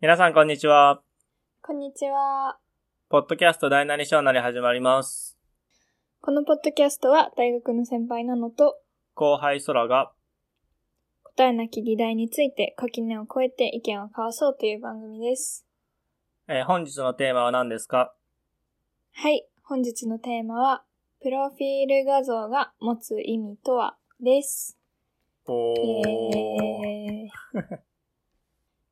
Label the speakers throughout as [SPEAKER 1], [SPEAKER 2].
[SPEAKER 1] 皆さんこんにちは。
[SPEAKER 2] こんにちは。
[SPEAKER 1] ポッドキャスト大なり小なり始まります。
[SPEAKER 2] このポッドキャストは大学の先輩なのと
[SPEAKER 1] 後輩空が、
[SPEAKER 2] 答えなき議題について垣根を越えて意見を交わそうという番組です。
[SPEAKER 1] えー本日のテーマは何ですか
[SPEAKER 2] はい、本日のテーマはプロフィール画像が持つ意味とはです。
[SPEAKER 1] お
[SPEAKER 2] イエーイ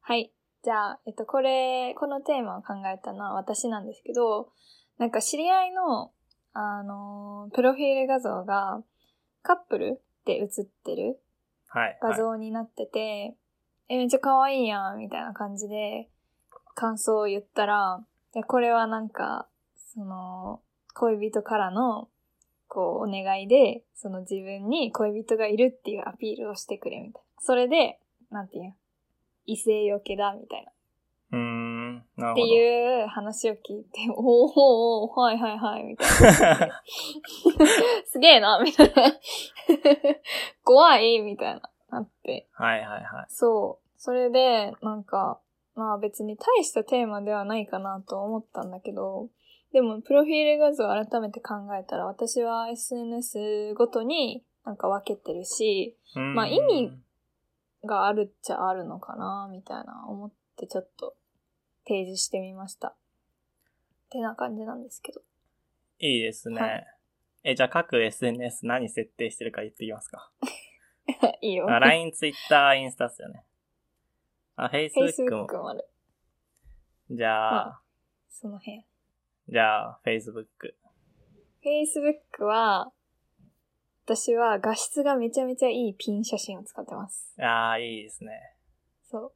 [SPEAKER 2] はい。じゃあ、えっと、これ、このテーマを考えたのは私なんですけど、なんか知り合いの、あのープロフィール画像がカップルで写ってる
[SPEAKER 1] はい。
[SPEAKER 2] 画
[SPEAKER 1] はい
[SPEAKER 2] 像になってて、え、めっちゃ可愛いやん、みたいな感じで、感想を言ったら、いやこれはなんか、その、恋人からの、こう、お願いで、その自分に恋人がいるっていうアピールをしてくれ、みたいな。それで、なんていう、異性よけだ、みたいな。っ
[SPEAKER 1] うーん、なるほど。
[SPEAKER 2] て いう話を聞いて、 おーおーおーはいはいはい、みたいな。 すげえな、みたいな。怖い、みたいな。なって。
[SPEAKER 1] はいはいは
[SPEAKER 2] そう。それで、なんか、まあ別に大したテーマではないかなと思ったんだけど、でもプロフィール画像を改めて考えたら私は SNS ごとになんか分けてるし、
[SPEAKER 1] い。
[SPEAKER 2] まあ意味があるっちゃあるのかな、みたいな思ってちょっとページしてみました。ってな感じなんですけど。
[SPEAKER 1] いいですね。
[SPEAKER 2] はい
[SPEAKER 1] え、じゃあ各 SNS 何設定してるか言ってきますか。
[SPEAKER 2] いいよ。
[SPEAKER 1] あ LINE、Twitter、インスタっすよね。あ、Facebook も。
[SPEAKER 2] Facebook もある。
[SPEAKER 1] じゃあ、
[SPEAKER 2] その辺。
[SPEAKER 1] じゃあ Facebook。
[SPEAKER 2] Facebook は、私は画質がめちゃめちゃいいピン写真を使ってます。
[SPEAKER 1] ああ、いいですね。
[SPEAKER 2] そう。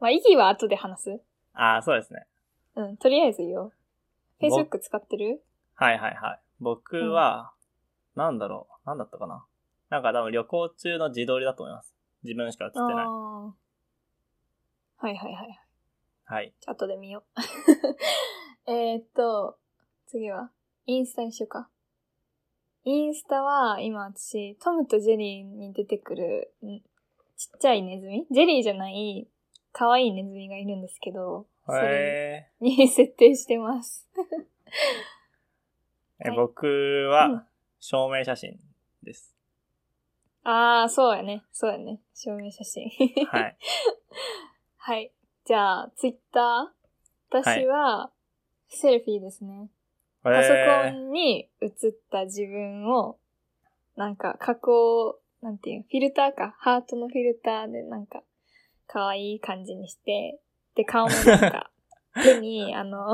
[SPEAKER 2] まあ、意義は後で話す。
[SPEAKER 1] ああ、そうですね。
[SPEAKER 2] うん、とりあえずいいよ。Facebook 使ってる
[SPEAKER 1] はいはいはい。僕は、なんだろう。なんだったかな。なんか多分旅行中の自撮りだと思います。自分しか映って
[SPEAKER 2] ああー。
[SPEAKER 1] ない。
[SPEAKER 2] はいはいはい。
[SPEAKER 1] はい。
[SPEAKER 2] じゃあ後で見よう。 えーっと、次は、インスタにしようか。インスタは、今私、トムとジェリーに出てくる、んちっちゃいネズミジェリーじゃない、可愛いネズミがいるんですけど、それ
[SPEAKER 1] え
[SPEAKER 2] に設定してます。
[SPEAKER 1] ー、え
[SPEAKER 2] はい
[SPEAKER 1] 僕
[SPEAKER 2] うん
[SPEAKER 1] は、証明写真です。
[SPEAKER 2] ああ、そうやね。そうやね。証明写真。
[SPEAKER 1] はい。
[SPEAKER 2] はい。じゃあ、ツイッター私は、セルフィーですね。
[SPEAKER 1] パ
[SPEAKER 2] パソコンに映った自分を、なんか、加工、なんていう、フィルターか。ハートのフィルターで、なんか、可愛い感じにして、で、顔もなん か、手に、あの、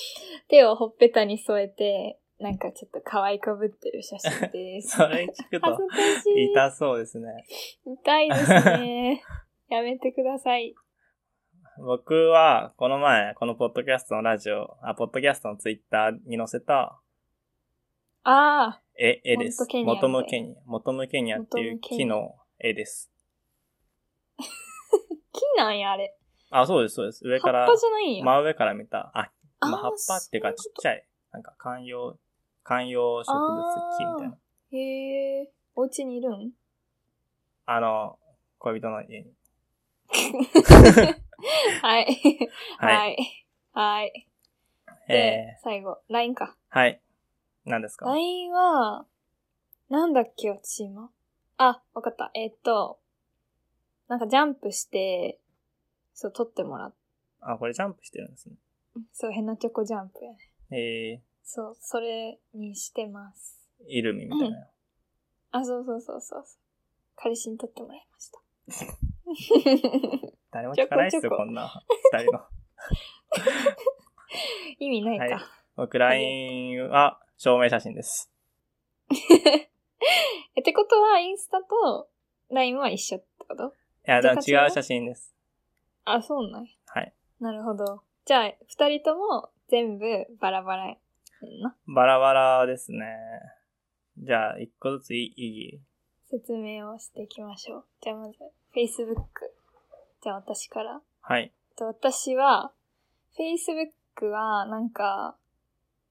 [SPEAKER 2] 手をほっぺたに添えて、なんかちょっと可愛いこぶってる写真です。
[SPEAKER 1] それ聞く
[SPEAKER 2] 恥
[SPEAKER 1] と
[SPEAKER 2] ず、かしい。
[SPEAKER 1] 痛そうですね。
[SPEAKER 2] 痛いですね。やめてください。
[SPEAKER 1] 僕は、この前、このポッドキャストのラジオ、あ、ポッドキャストのツイッターに載せた、
[SPEAKER 2] ああ、
[SPEAKER 1] 絵、絵です。
[SPEAKER 2] モン
[SPEAKER 1] 元
[SPEAKER 2] ト
[SPEAKER 1] ム
[SPEAKER 2] ケ
[SPEAKER 1] ケニア。元ムケニアってい
[SPEAKER 2] 元
[SPEAKER 1] う
[SPEAKER 2] ムケニア
[SPEAKER 1] 木の絵です。
[SPEAKER 2] 木なんや、あれ。
[SPEAKER 1] あ、そうです、そうです。上
[SPEAKER 2] 葉
[SPEAKER 1] か
[SPEAKER 2] っ
[SPEAKER 1] ら
[SPEAKER 2] ぱ、じゃないんや。
[SPEAKER 1] 真上から見た、あ、まあ、
[SPEAKER 2] あー
[SPEAKER 1] 葉っぱっていうかちっちゃい、なんか観葉、観葉植物木みたいな。
[SPEAKER 2] へえ。お家にいる ん
[SPEAKER 1] あの、恋人の家に。
[SPEAKER 2] はい。
[SPEAKER 1] は。
[SPEAKER 2] はいい。はい。
[SPEAKER 1] え
[SPEAKER 2] で、最後、LINE か。
[SPEAKER 1] ー、はい。何ですか
[SPEAKER 2] LINE は、なんだっけ、私今。あ、わかった。えーっと、なんかジャンプして、そう、撮ってもらっ
[SPEAKER 1] あ、これジャンプしてるんですね。
[SPEAKER 2] そう、変なチョコジャンプやね。
[SPEAKER 1] え
[SPEAKER 2] そう、それにしてます。
[SPEAKER 1] ー、イルミみたいな。
[SPEAKER 2] あ、そうそうそ うそうそう。彼氏に撮ってもらいました。
[SPEAKER 1] 誰も聞かないっす
[SPEAKER 2] ちょ
[SPEAKER 1] よ、
[SPEAKER 2] こちょこ
[SPEAKER 1] こんな。二人の。
[SPEAKER 2] 意味ないか。
[SPEAKER 1] はい僕、LINE は、証明写真です。
[SPEAKER 2] え、ってことは、インスタと LINE は一緒ってこと
[SPEAKER 1] いや、でも
[SPEAKER 2] どっち
[SPEAKER 1] 違
[SPEAKER 2] が
[SPEAKER 1] う写真です。
[SPEAKER 2] あ、そうなんや
[SPEAKER 1] はい。
[SPEAKER 2] なるほど。じゃあ、二人とも全部バラバラやんな。
[SPEAKER 1] バラバラですね。じゃあ、一個ずついい、いい
[SPEAKER 2] 説明をしていきましょう。じゃあ、まず、Facebook。じゃあ、私から。
[SPEAKER 1] はい。
[SPEAKER 2] と私は、Facebook は、なんか、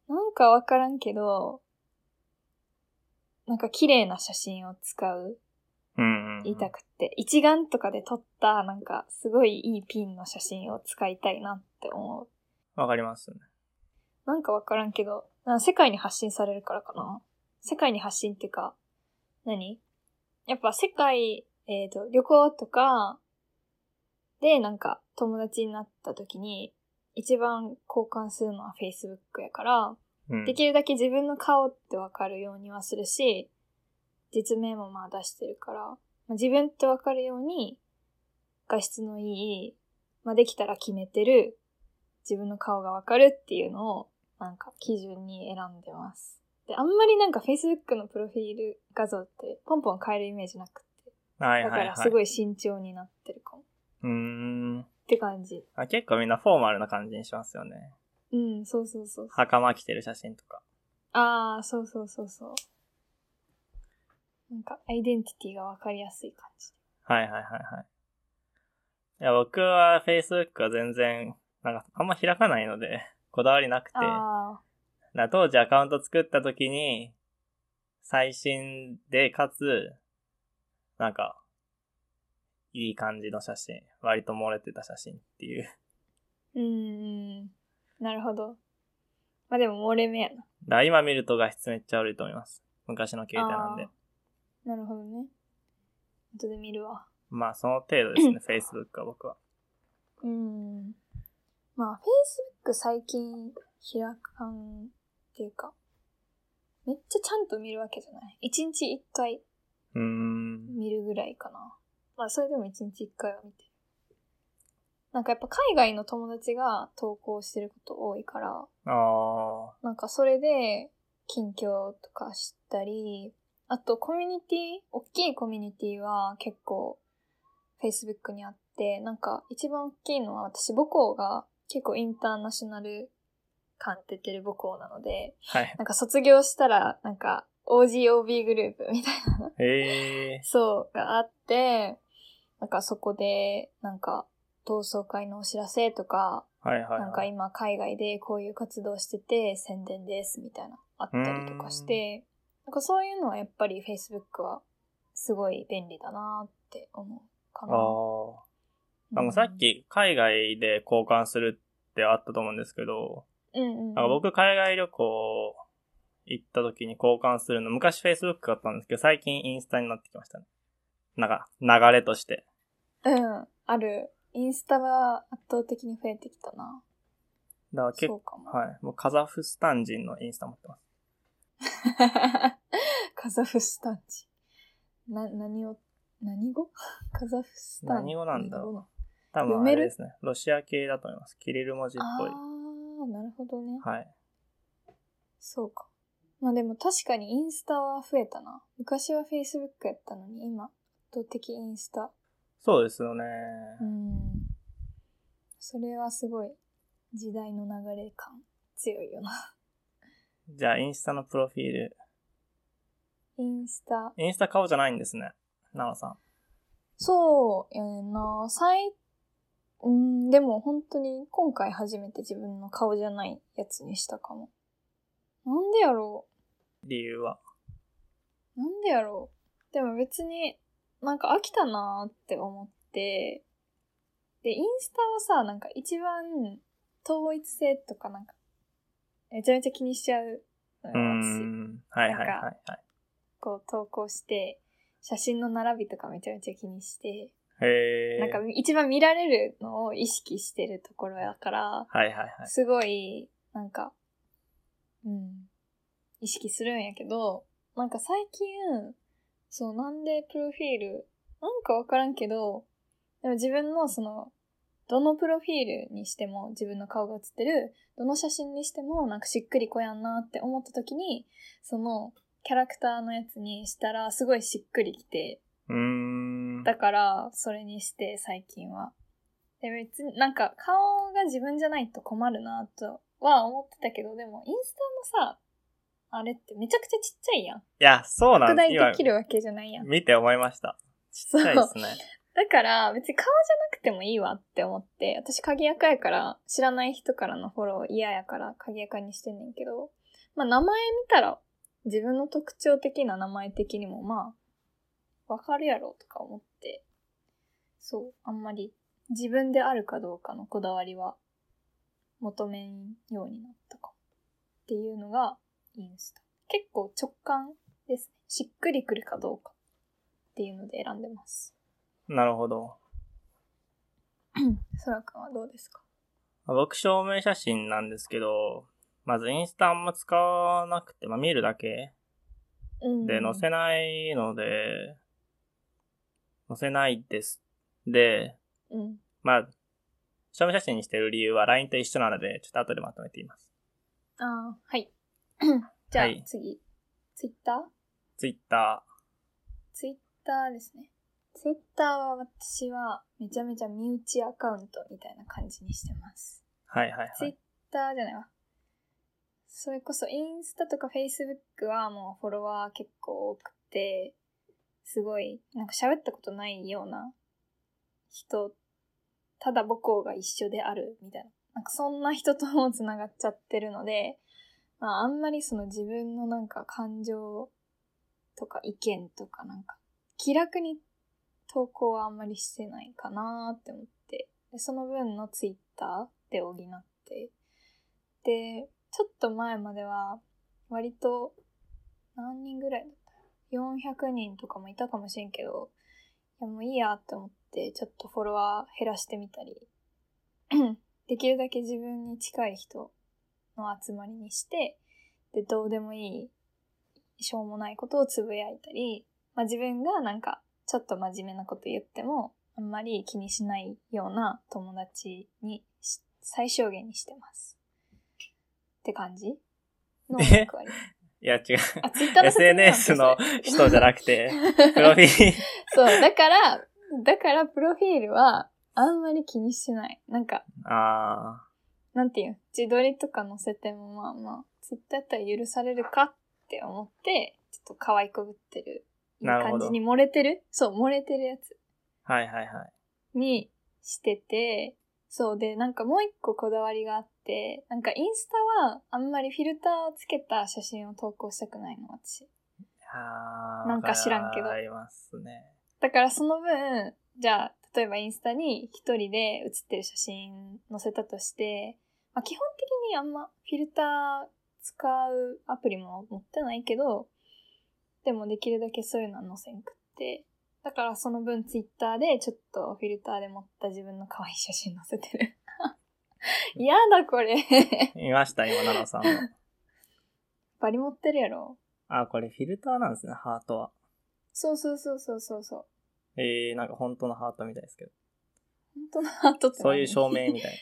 [SPEAKER 2] なんかわからんけど、なんか綺麗な写真を使う。
[SPEAKER 1] うんうん。
[SPEAKER 2] 言いたくって、一眼とかで撮った、なんか、すごいいいピンの写真を使いたいなって思う。
[SPEAKER 1] わかりますね。
[SPEAKER 2] なんかわからんけど、な世界に発信されるからかな。世界に発信っていうか、何やっぱ世界、えっ、と、旅行とか、で、なんか、友達になった時に、一番交換するのは Facebook やから、
[SPEAKER 1] うん。
[SPEAKER 2] できるだけ自分の顔ってわかるようにはするし、実名もまあ出してるから、まあ、自分ってわかるように、画質のいい、まあ、できたら決めてる、自分の顔がわかるっていうのを、なんか基準に選んでます。で、あんまりなんか Facebook のプロフィール画像ってポンポン変えるイメージなくて。
[SPEAKER 1] はい
[SPEAKER 2] だ
[SPEAKER 1] は
[SPEAKER 2] か
[SPEAKER 1] い
[SPEAKER 2] ら
[SPEAKER 1] はい。
[SPEAKER 2] す
[SPEAKER 1] う
[SPEAKER 2] ごい慎重になってるかも。
[SPEAKER 1] ーん
[SPEAKER 2] って感じ。
[SPEAKER 1] あ。結構みんなフォーマルな感じにしますよね。
[SPEAKER 2] うん、そうそうそうそう。
[SPEAKER 1] 袴着てる写真とか。
[SPEAKER 2] ああ、そうそうそうそう。なんか、アイデンティティがわかりやすい感じ。
[SPEAKER 1] はいはいはいはい。いや、僕は Facebook は全然、なんかあんま開かないので、こだわりなくて。
[SPEAKER 2] ああ、
[SPEAKER 1] な当時アカウント作った時に、最新で、かつ、なんか、いい感じの写真。割と漏れてた写真っていう。
[SPEAKER 2] うんうん。なるほど。まあでも、漏れ目やな。
[SPEAKER 1] だから今見ると画質めっちゃ悪いと思います。昔の携帯なんで
[SPEAKER 2] あ。ーなるほどね。後で見るわ。
[SPEAKER 1] まあ、その程度ですね、Facebook は僕は。
[SPEAKER 2] うん。まあ、Facebook 最近開かんっていうか、めっちゃちゃんと見るわけじゃない。一日一回
[SPEAKER 1] うーん。
[SPEAKER 2] 見るぐらいかな。まあ、それでも一日一回は見てる。なんかやっぱ海外の友達が投稿してること多いから、
[SPEAKER 1] あ
[SPEAKER 2] なんかそれで近況とか知ったり、あとコミュニティ、大きいコミュニティは結構 Facebook にあって、なんか一番大きいのは私母校が結構インターナショナル感出てる母校なので、
[SPEAKER 1] ー。はい。
[SPEAKER 2] なんか卒業したらなんか OGOB グループみたいな
[SPEAKER 1] へえ
[SPEAKER 2] そうがあって、なんかそこで、なんか、同窓会のお知らせとか、
[SPEAKER 1] ー。はいはい、
[SPEAKER 2] なんか
[SPEAKER 1] はい。
[SPEAKER 2] 今海外でこういう活動してて宣伝ですみたいな、あったりとかして、なんかそういうのはやっぱり Facebook はすごい便利だなって思うか
[SPEAKER 1] あ
[SPEAKER 2] な。
[SPEAKER 1] ー。なんかさっき海外で交換するってあったと思うんですけど、
[SPEAKER 2] うん、うんうん、
[SPEAKER 1] なんか僕海外旅行行った時に交換するの、昔 Facebook だったんですけど、最近インスタになってきましたね。なんか流れとして。
[SPEAKER 2] うん、ある。インスタは圧倒的に増えてきたな。
[SPEAKER 1] だから結
[SPEAKER 2] そ
[SPEAKER 1] 構、
[SPEAKER 2] うかも。
[SPEAKER 1] はい。もうカザフスタン人のインスタ持ってます。
[SPEAKER 2] カザフスタン人。な、何を、何語 カザフスタン。
[SPEAKER 1] 何語なんだろう
[SPEAKER 2] 何語
[SPEAKER 1] 多分
[SPEAKER 2] 読
[SPEAKER 1] あ
[SPEAKER 2] める
[SPEAKER 1] れですね。ロシア系だと思います。キリル文字っ
[SPEAKER 2] あ
[SPEAKER 1] ぽい。
[SPEAKER 2] あー、なるほどね。
[SPEAKER 1] はい。
[SPEAKER 2] そうか。まあでも確かにインスタは増えたな。昔は Facebook やったのに、今、圧倒的インスタ。
[SPEAKER 1] そうですよね。
[SPEAKER 2] うん。それはすごい、時代の流れ感強いよな。
[SPEAKER 1] じゃあインスタのプロフィール。
[SPEAKER 2] インスタ。
[SPEAKER 1] インスタ顔じゃないんですね。なおさん。
[SPEAKER 2] そうやねんな。最、うん、でも本当に今回初めて自分の顔じゃないやつにしたかも。なんでやろ
[SPEAKER 1] 理由は。
[SPEAKER 2] うなんでやろうでも別になんか飽きたなーって思って、で、インスタはさ、なんか一番統一性とかなんか、めちゃめちゃ気にしちゃうのよ
[SPEAKER 1] うー
[SPEAKER 2] 私。
[SPEAKER 1] ん。はいはいはい
[SPEAKER 2] な
[SPEAKER 1] はい。
[SPEAKER 2] こう投稿して、写真の並びとかめちゃめちゃ気にして、
[SPEAKER 1] へえ。
[SPEAKER 2] なんか一番見られるのを意識してるところやから、
[SPEAKER 1] はいはいはい。
[SPEAKER 2] すごい、なんか、うん、意識するんやけど、なんか最近、そう、なんでプロフィール、なんかわからんけど、でも自分のその、どのプロフィールにしても自分の顔が写ってる、どの写真にしてもなんかしっくりこやんなって思った時に、そのキャラクターのやつにしたらすごいしっくりきて、
[SPEAKER 1] うーん。
[SPEAKER 2] だから、それにして、最近は。で、別に、なんか、顔が自分じゃないと困るな、とは思ってたけど、でも、インスタのさ、あれってめちゃくちゃちっちゃいやん。
[SPEAKER 1] いや、そうな
[SPEAKER 2] 拡
[SPEAKER 1] んです
[SPEAKER 2] 大できるわけじゃないや
[SPEAKER 1] 今
[SPEAKER 2] ん。
[SPEAKER 1] 見て思いました。ちっちゃいですね。
[SPEAKER 2] だから、別に顔じゃなくてもいいわって思って、私、鍵垢やから、知らない人からのフォロー嫌やから、鍵垢にしてんねんけど、まあ、名前見たら、自分の特徴的な名前的にも、まあ、わかるやろとか思って、そう、あんまり自分であるかどうかのこだわりは求めんようになったかも。っていうのがインスタ。結構直感ですね。しっくりくるかどうかっていうので選んでます。
[SPEAKER 1] なるほど。
[SPEAKER 2] そらくんはどうですか
[SPEAKER 1] 僕、証明写真なんですけど、まずインスタあんま使わなくて、まあ見るだけ
[SPEAKER 2] うん
[SPEAKER 1] で載せないので、載せないです。で、
[SPEAKER 2] うん。
[SPEAKER 1] まあ、証明写真にしてる理由は LINE と一緒なので、ちょっと後でまとめています。
[SPEAKER 2] ああ、 はい。じゃあ、
[SPEAKER 1] はい
[SPEAKER 2] 次。ツイッター
[SPEAKER 1] Twitter。
[SPEAKER 2] ツイッターですね。ツイッターは私はめちゃめちゃ身内アカウントみたいな感じにしてます。
[SPEAKER 1] はいはい
[SPEAKER 2] ツ
[SPEAKER 1] は
[SPEAKER 2] イッ
[SPEAKER 1] い。
[SPEAKER 2] ターじゃないわ。それこそインスタとかフェイスブックはもうフォロワー結構多くて、すごい、なんか喋ったことないような人、ただ母校が一緒であるみたいな。なんかそんな人ともつながっちゃってるので、まああんまりその自分のなんか感情とか意見とかなんか気楽に投稿はあんまりしてないかなーって思ってでその分のツイッターで補ってでちょっと前までは割と何人ぐらいだった400人とかもいたかもしれんけどいやもういいやって思ってちょっとフォロワー減らしてみたり できるだけ自分に近い人の集まりにしてでどうでもいいしょうもないことをつぶやいたりまあ、自分がなんかちょっと真面目なこと言ってもあんまり気にしないような友達にし最小限にしてます。って感じの
[SPEAKER 1] え
[SPEAKER 2] 役割。
[SPEAKER 1] いや違う。
[SPEAKER 2] あ、ツイッターの説明なんて
[SPEAKER 1] SNS の人じゃなく て、プロフィール。
[SPEAKER 2] そう、だから、だからプロフィールはあんまり気にしてない。なんか、
[SPEAKER 1] あ
[SPEAKER 2] なんていうん自撮りとか載せてもまあまあ、ツイッターやったら許されるかって思って、ちょっと可愛くぶってる。いい
[SPEAKER 1] なるほ
[SPEAKER 2] 感
[SPEAKER 1] ど
[SPEAKER 2] じに漏れてるそう、漏れてるやつ。
[SPEAKER 1] ー。はいはいはい。
[SPEAKER 2] にしてて、そうで、なんかもう一個こだわりがあって、なんかインスタはあんまりフィルターをつけた写真を投稿したくないの、私。
[SPEAKER 1] あー
[SPEAKER 2] なんか知らんけど
[SPEAKER 1] わかりますね。
[SPEAKER 2] だからその分、じゃあ、例えばインスタに一人で写ってる写真載せたとして、まあ、基本的にあんまフィルター使うアプリも持ってないけど、でもできるだけそういうのは載せんくって。だからその分ツイッターでちょっとフィルターで持った自分の可愛い写真載せ てる。やだこれ。
[SPEAKER 1] 見ました、今、奈良さんも。
[SPEAKER 2] バリ持ってるやろ。
[SPEAKER 1] あ、これフィルターなんですね、ハートは。
[SPEAKER 2] そうそうそうそうそうそう。
[SPEAKER 1] えー、なんか本当のハートみたいですけど。
[SPEAKER 2] 本当のハートって何
[SPEAKER 1] そういう証。明みた い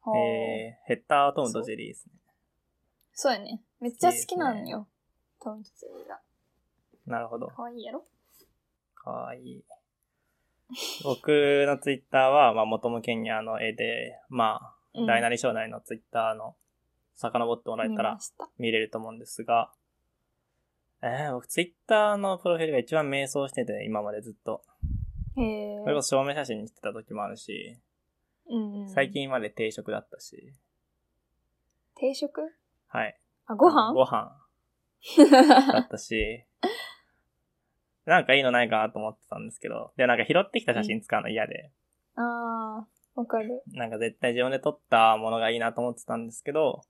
[SPEAKER 2] ほ
[SPEAKER 1] な。
[SPEAKER 2] う
[SPEAKER 1] えー、ヘッダートムとジェリーですね。
[SPEAKER 2] そうやね。めっちゃ好きなんよ。トムとジェリーが。
[SPEAKER 1] なるほど。
[SPEAKER 2] かわいいやろ
[SPEAKER 1] かわいい。僕のツイッターは、まあ、元向けにあの絵で、まあ、大な
[SPEAKER 2] り
[SPEAKER 1] り小なりのツイッターの、遡ってもらえたら見れると思うんですが、えー、僕ツイッターのプロフィールが一番迷走してて、今までずっと。
[SPEAKER 2] へ
[SPEAKER 1] それ
[SPEAKER 2] え
[SPEAKER 1] こ。そ照明写真にしてた時もあるし、
[SPEAKER 2] うんうん
[SPEAKER 1] 最。近まで定食だったし、
[SPEAKER 2] 定食
[SPEAKER 1] はい。
[SPEAKER 2] あ、ご飯
[SPEAKER 1] ご飯だったし、 なんかいいのないかなと思ってたんですけど、で、なんか拾ってきた写真使うの嫌で、
[SPEAKER 2] あー、わかる。
[SPEAKER 1] なんか絶対自分で撮ったものがいいなと思ってたんですけど、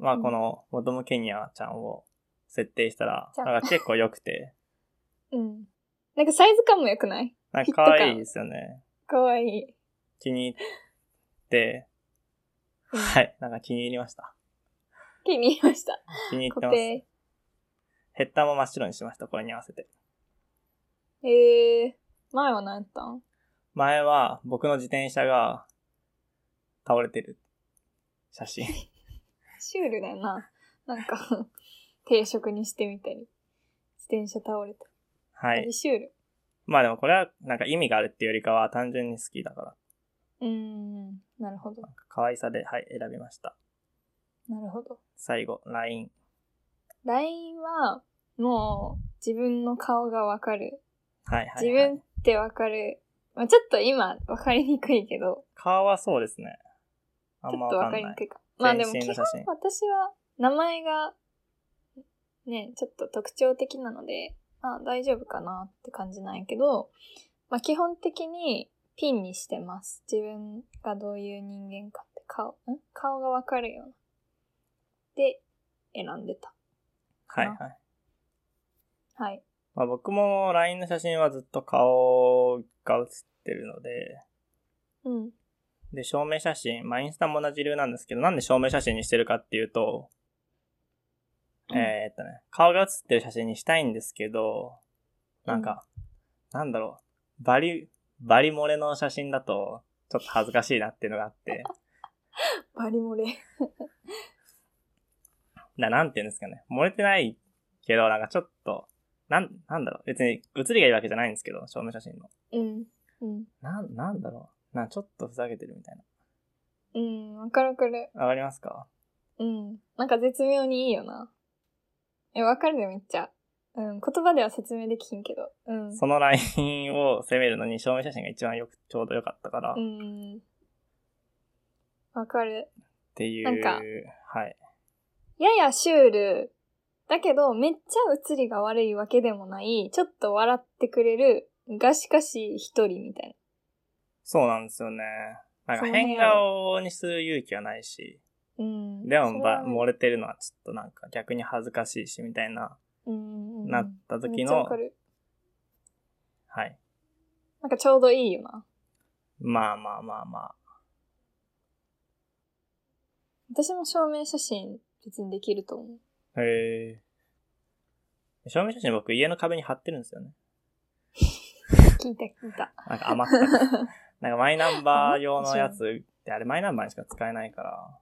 [SPEAKER 1] まあ
[SPEAKER 2] うん
[SPEAKER 1] このボトムケニアちゃんを設定したら、
[SPEAKER 2] じゃあ
[SPEAKER 1] なんか結構良くて、
[SPEAKER 2] うん。なんかサイズ感も良くない
[SPEAKER 1] なんか可愛いですよね。
[SPEAKER 2] かわいい。
[SPEAKER 1] 気に入って、
[SPEAKER 2] うん
[SPEAKER 1] はい、なんか気に入りました。
[SPEAKER 2] 気に入りました。
[SPEAKER 1] 気に入って
[SPEAKER 2] 固
[SPEAKER 1] ます。
[SPEAKER 2] 定。
[SPEAKER 1] ヘッダーも真っ白にしました、これに合わせて。
[SPEAKER 2] へえ。前は何やったん
[SPEAKER 1] 前は僕の自転車が倒れてる写真。
[SPEAKER 2] シュールだよな。なんか、 定食にしてみたり。自転車倒れた。
[SPEAKER 1] は。
[SPEAKER 2] はいシュール。
[SPEAKER 1] まあでもこれはなんか意味があるっていうよりかは単純に好きだから、
[SPEAKER 2] うーん。なるほど。
[SPEAKER 1] 可愛さで、はい、選びました。
[SPEAKER 2] なるほど。
[SPEAKER 1] 最後、LINE。
[SPEAKER 2] LINE は、もう、自分の顔がわかる。
[SPEAKER 1] はいはい、はい。
[SPEAKER 2] 自分ってわかる。まあ、ちょっと今、わかりにくいけど、
[SPEAKER 1] 顔はそうですね。あん
[SPEAKER 2] ちょ
[SPEAKER 1] ま
[SPEAKER 2] っと
[SPEAKER 1] わ
[SPEAKER 2] わ
[SPEAKER 1] か
[SPEAKER 2] か
[SPEAKER 1] ん
[SPEAKER 2] り
[SPEAKER 1] な
[SPEAKER 2] に
[SPEAKER 1] い
[SPEAKER 2] く。いか。まあでも、
[SPEAKER 1] 全身
[SPEAKER 2] 基
[SPEAKER 1] の
[SPEAKER 2] 本
[SPEAKER 1] 写真
[SPEAKER 2] 私は、名前が、ね、ちょっと特徴的なので、あ、大丈夫かなって感じなんやけど、まあ、基本的にピンにしてます。自分がどういう人間かって顔、ん顔がわかるような。で、選んでた。
[SPEAKER 1] はい
[SPEAKER 2] な
[SPEAKER 1] はい。
[SPEAKER 2] はい。
[SPEAKER 1] まあ、僕も LINE の写真はずっと顔が写ってるので、
[SPEAKER 2] うん。
[SPEAKER 1] で、証明写真、まあ、インスタも同じ理由なんですけど、なんで証明写真にしてるかっていうと、
[SPEAKER 2] うん
[SPEAKER 1] えーっとね、顔が写ってる写真にしたいんですけど、なんか、なんだろう、バリ、バリ漏れの写真だと、ちょっと恥ずかしいなっていうのがあって、
[SPEAKER 2] バリ漏れ。
[SPEAKER 1] な、なんていうんですかね。漏れてないけど、なんかちょっと、なん、なんだろう。別に写りがいいわけじゃないんですけど、証明写真の。
[SPEAKER 2] うん。うん。
[SPEAKER 1] なん、なんだろう。なんかちょっとふざけてるみたい
[SPEAKER 2] うん、わかるわかる。
[SPEAKER 1] な。わかりますか
[SPEAKER 2] うん。なんか絶妙にいいよな。え、わかるでめっちゃ。うん、言葉では説明できひんけど。うん。
[SPEAKER 1] そのラインを攻めるのに証明写真が一番よく、ちょうど良かったから、
[SPEAKER 2] う
[SPEAKER 1] っ
[SPEAKER 2] ん。わかる。
[SPEAKER 1] ていう。
[SPEAKER 2] なんか
[SPEAKER 1] はい。
[SPEAKER 2] ややシュール。だけど、めっちゃ写りが悪いわけでもない、ちょっと笑ってくれる、がしかし一人みたい
[SPEAKER 1] そうなんですよね。なんか
[SPEAKER 2] そうね
[SPEAKER 1] 変顔にする勇気はないし、
[SPEAKER 2] な。うん。
[SPEAKER 1] でもば、漏
[SPEAKER 2] れ。
[SPEAKER 1] れてるのはちょっとなんか逆に恥ずかしいし、みたいな、
[SPEAKER 2] うん。
[SPEAKER 1] なった
[SPEAKER 2] め
[SPEAKER 1] 時
[SPEAKER 2] っちゃ
[SPEAKER 1] の、
[SPEAKER 2] わかる。
[SPEAKER 1] はい。
[SPEAKER 2] なんかちょうどいいよな。
[SPEAKER 1] まあまあまあまあ。
[SPEAKER 2] 私も証明写真、別にできると思う。
[SPEAKER 1] へえ。証明写真僕家の壁に貼ってるんですよね。
[SPEAKER 2] 聞いた聞いた。
[SPEAKER 1] なんか 余った。なんかマイナンバー用のやつって、あれマイナンバーにしか使えないから、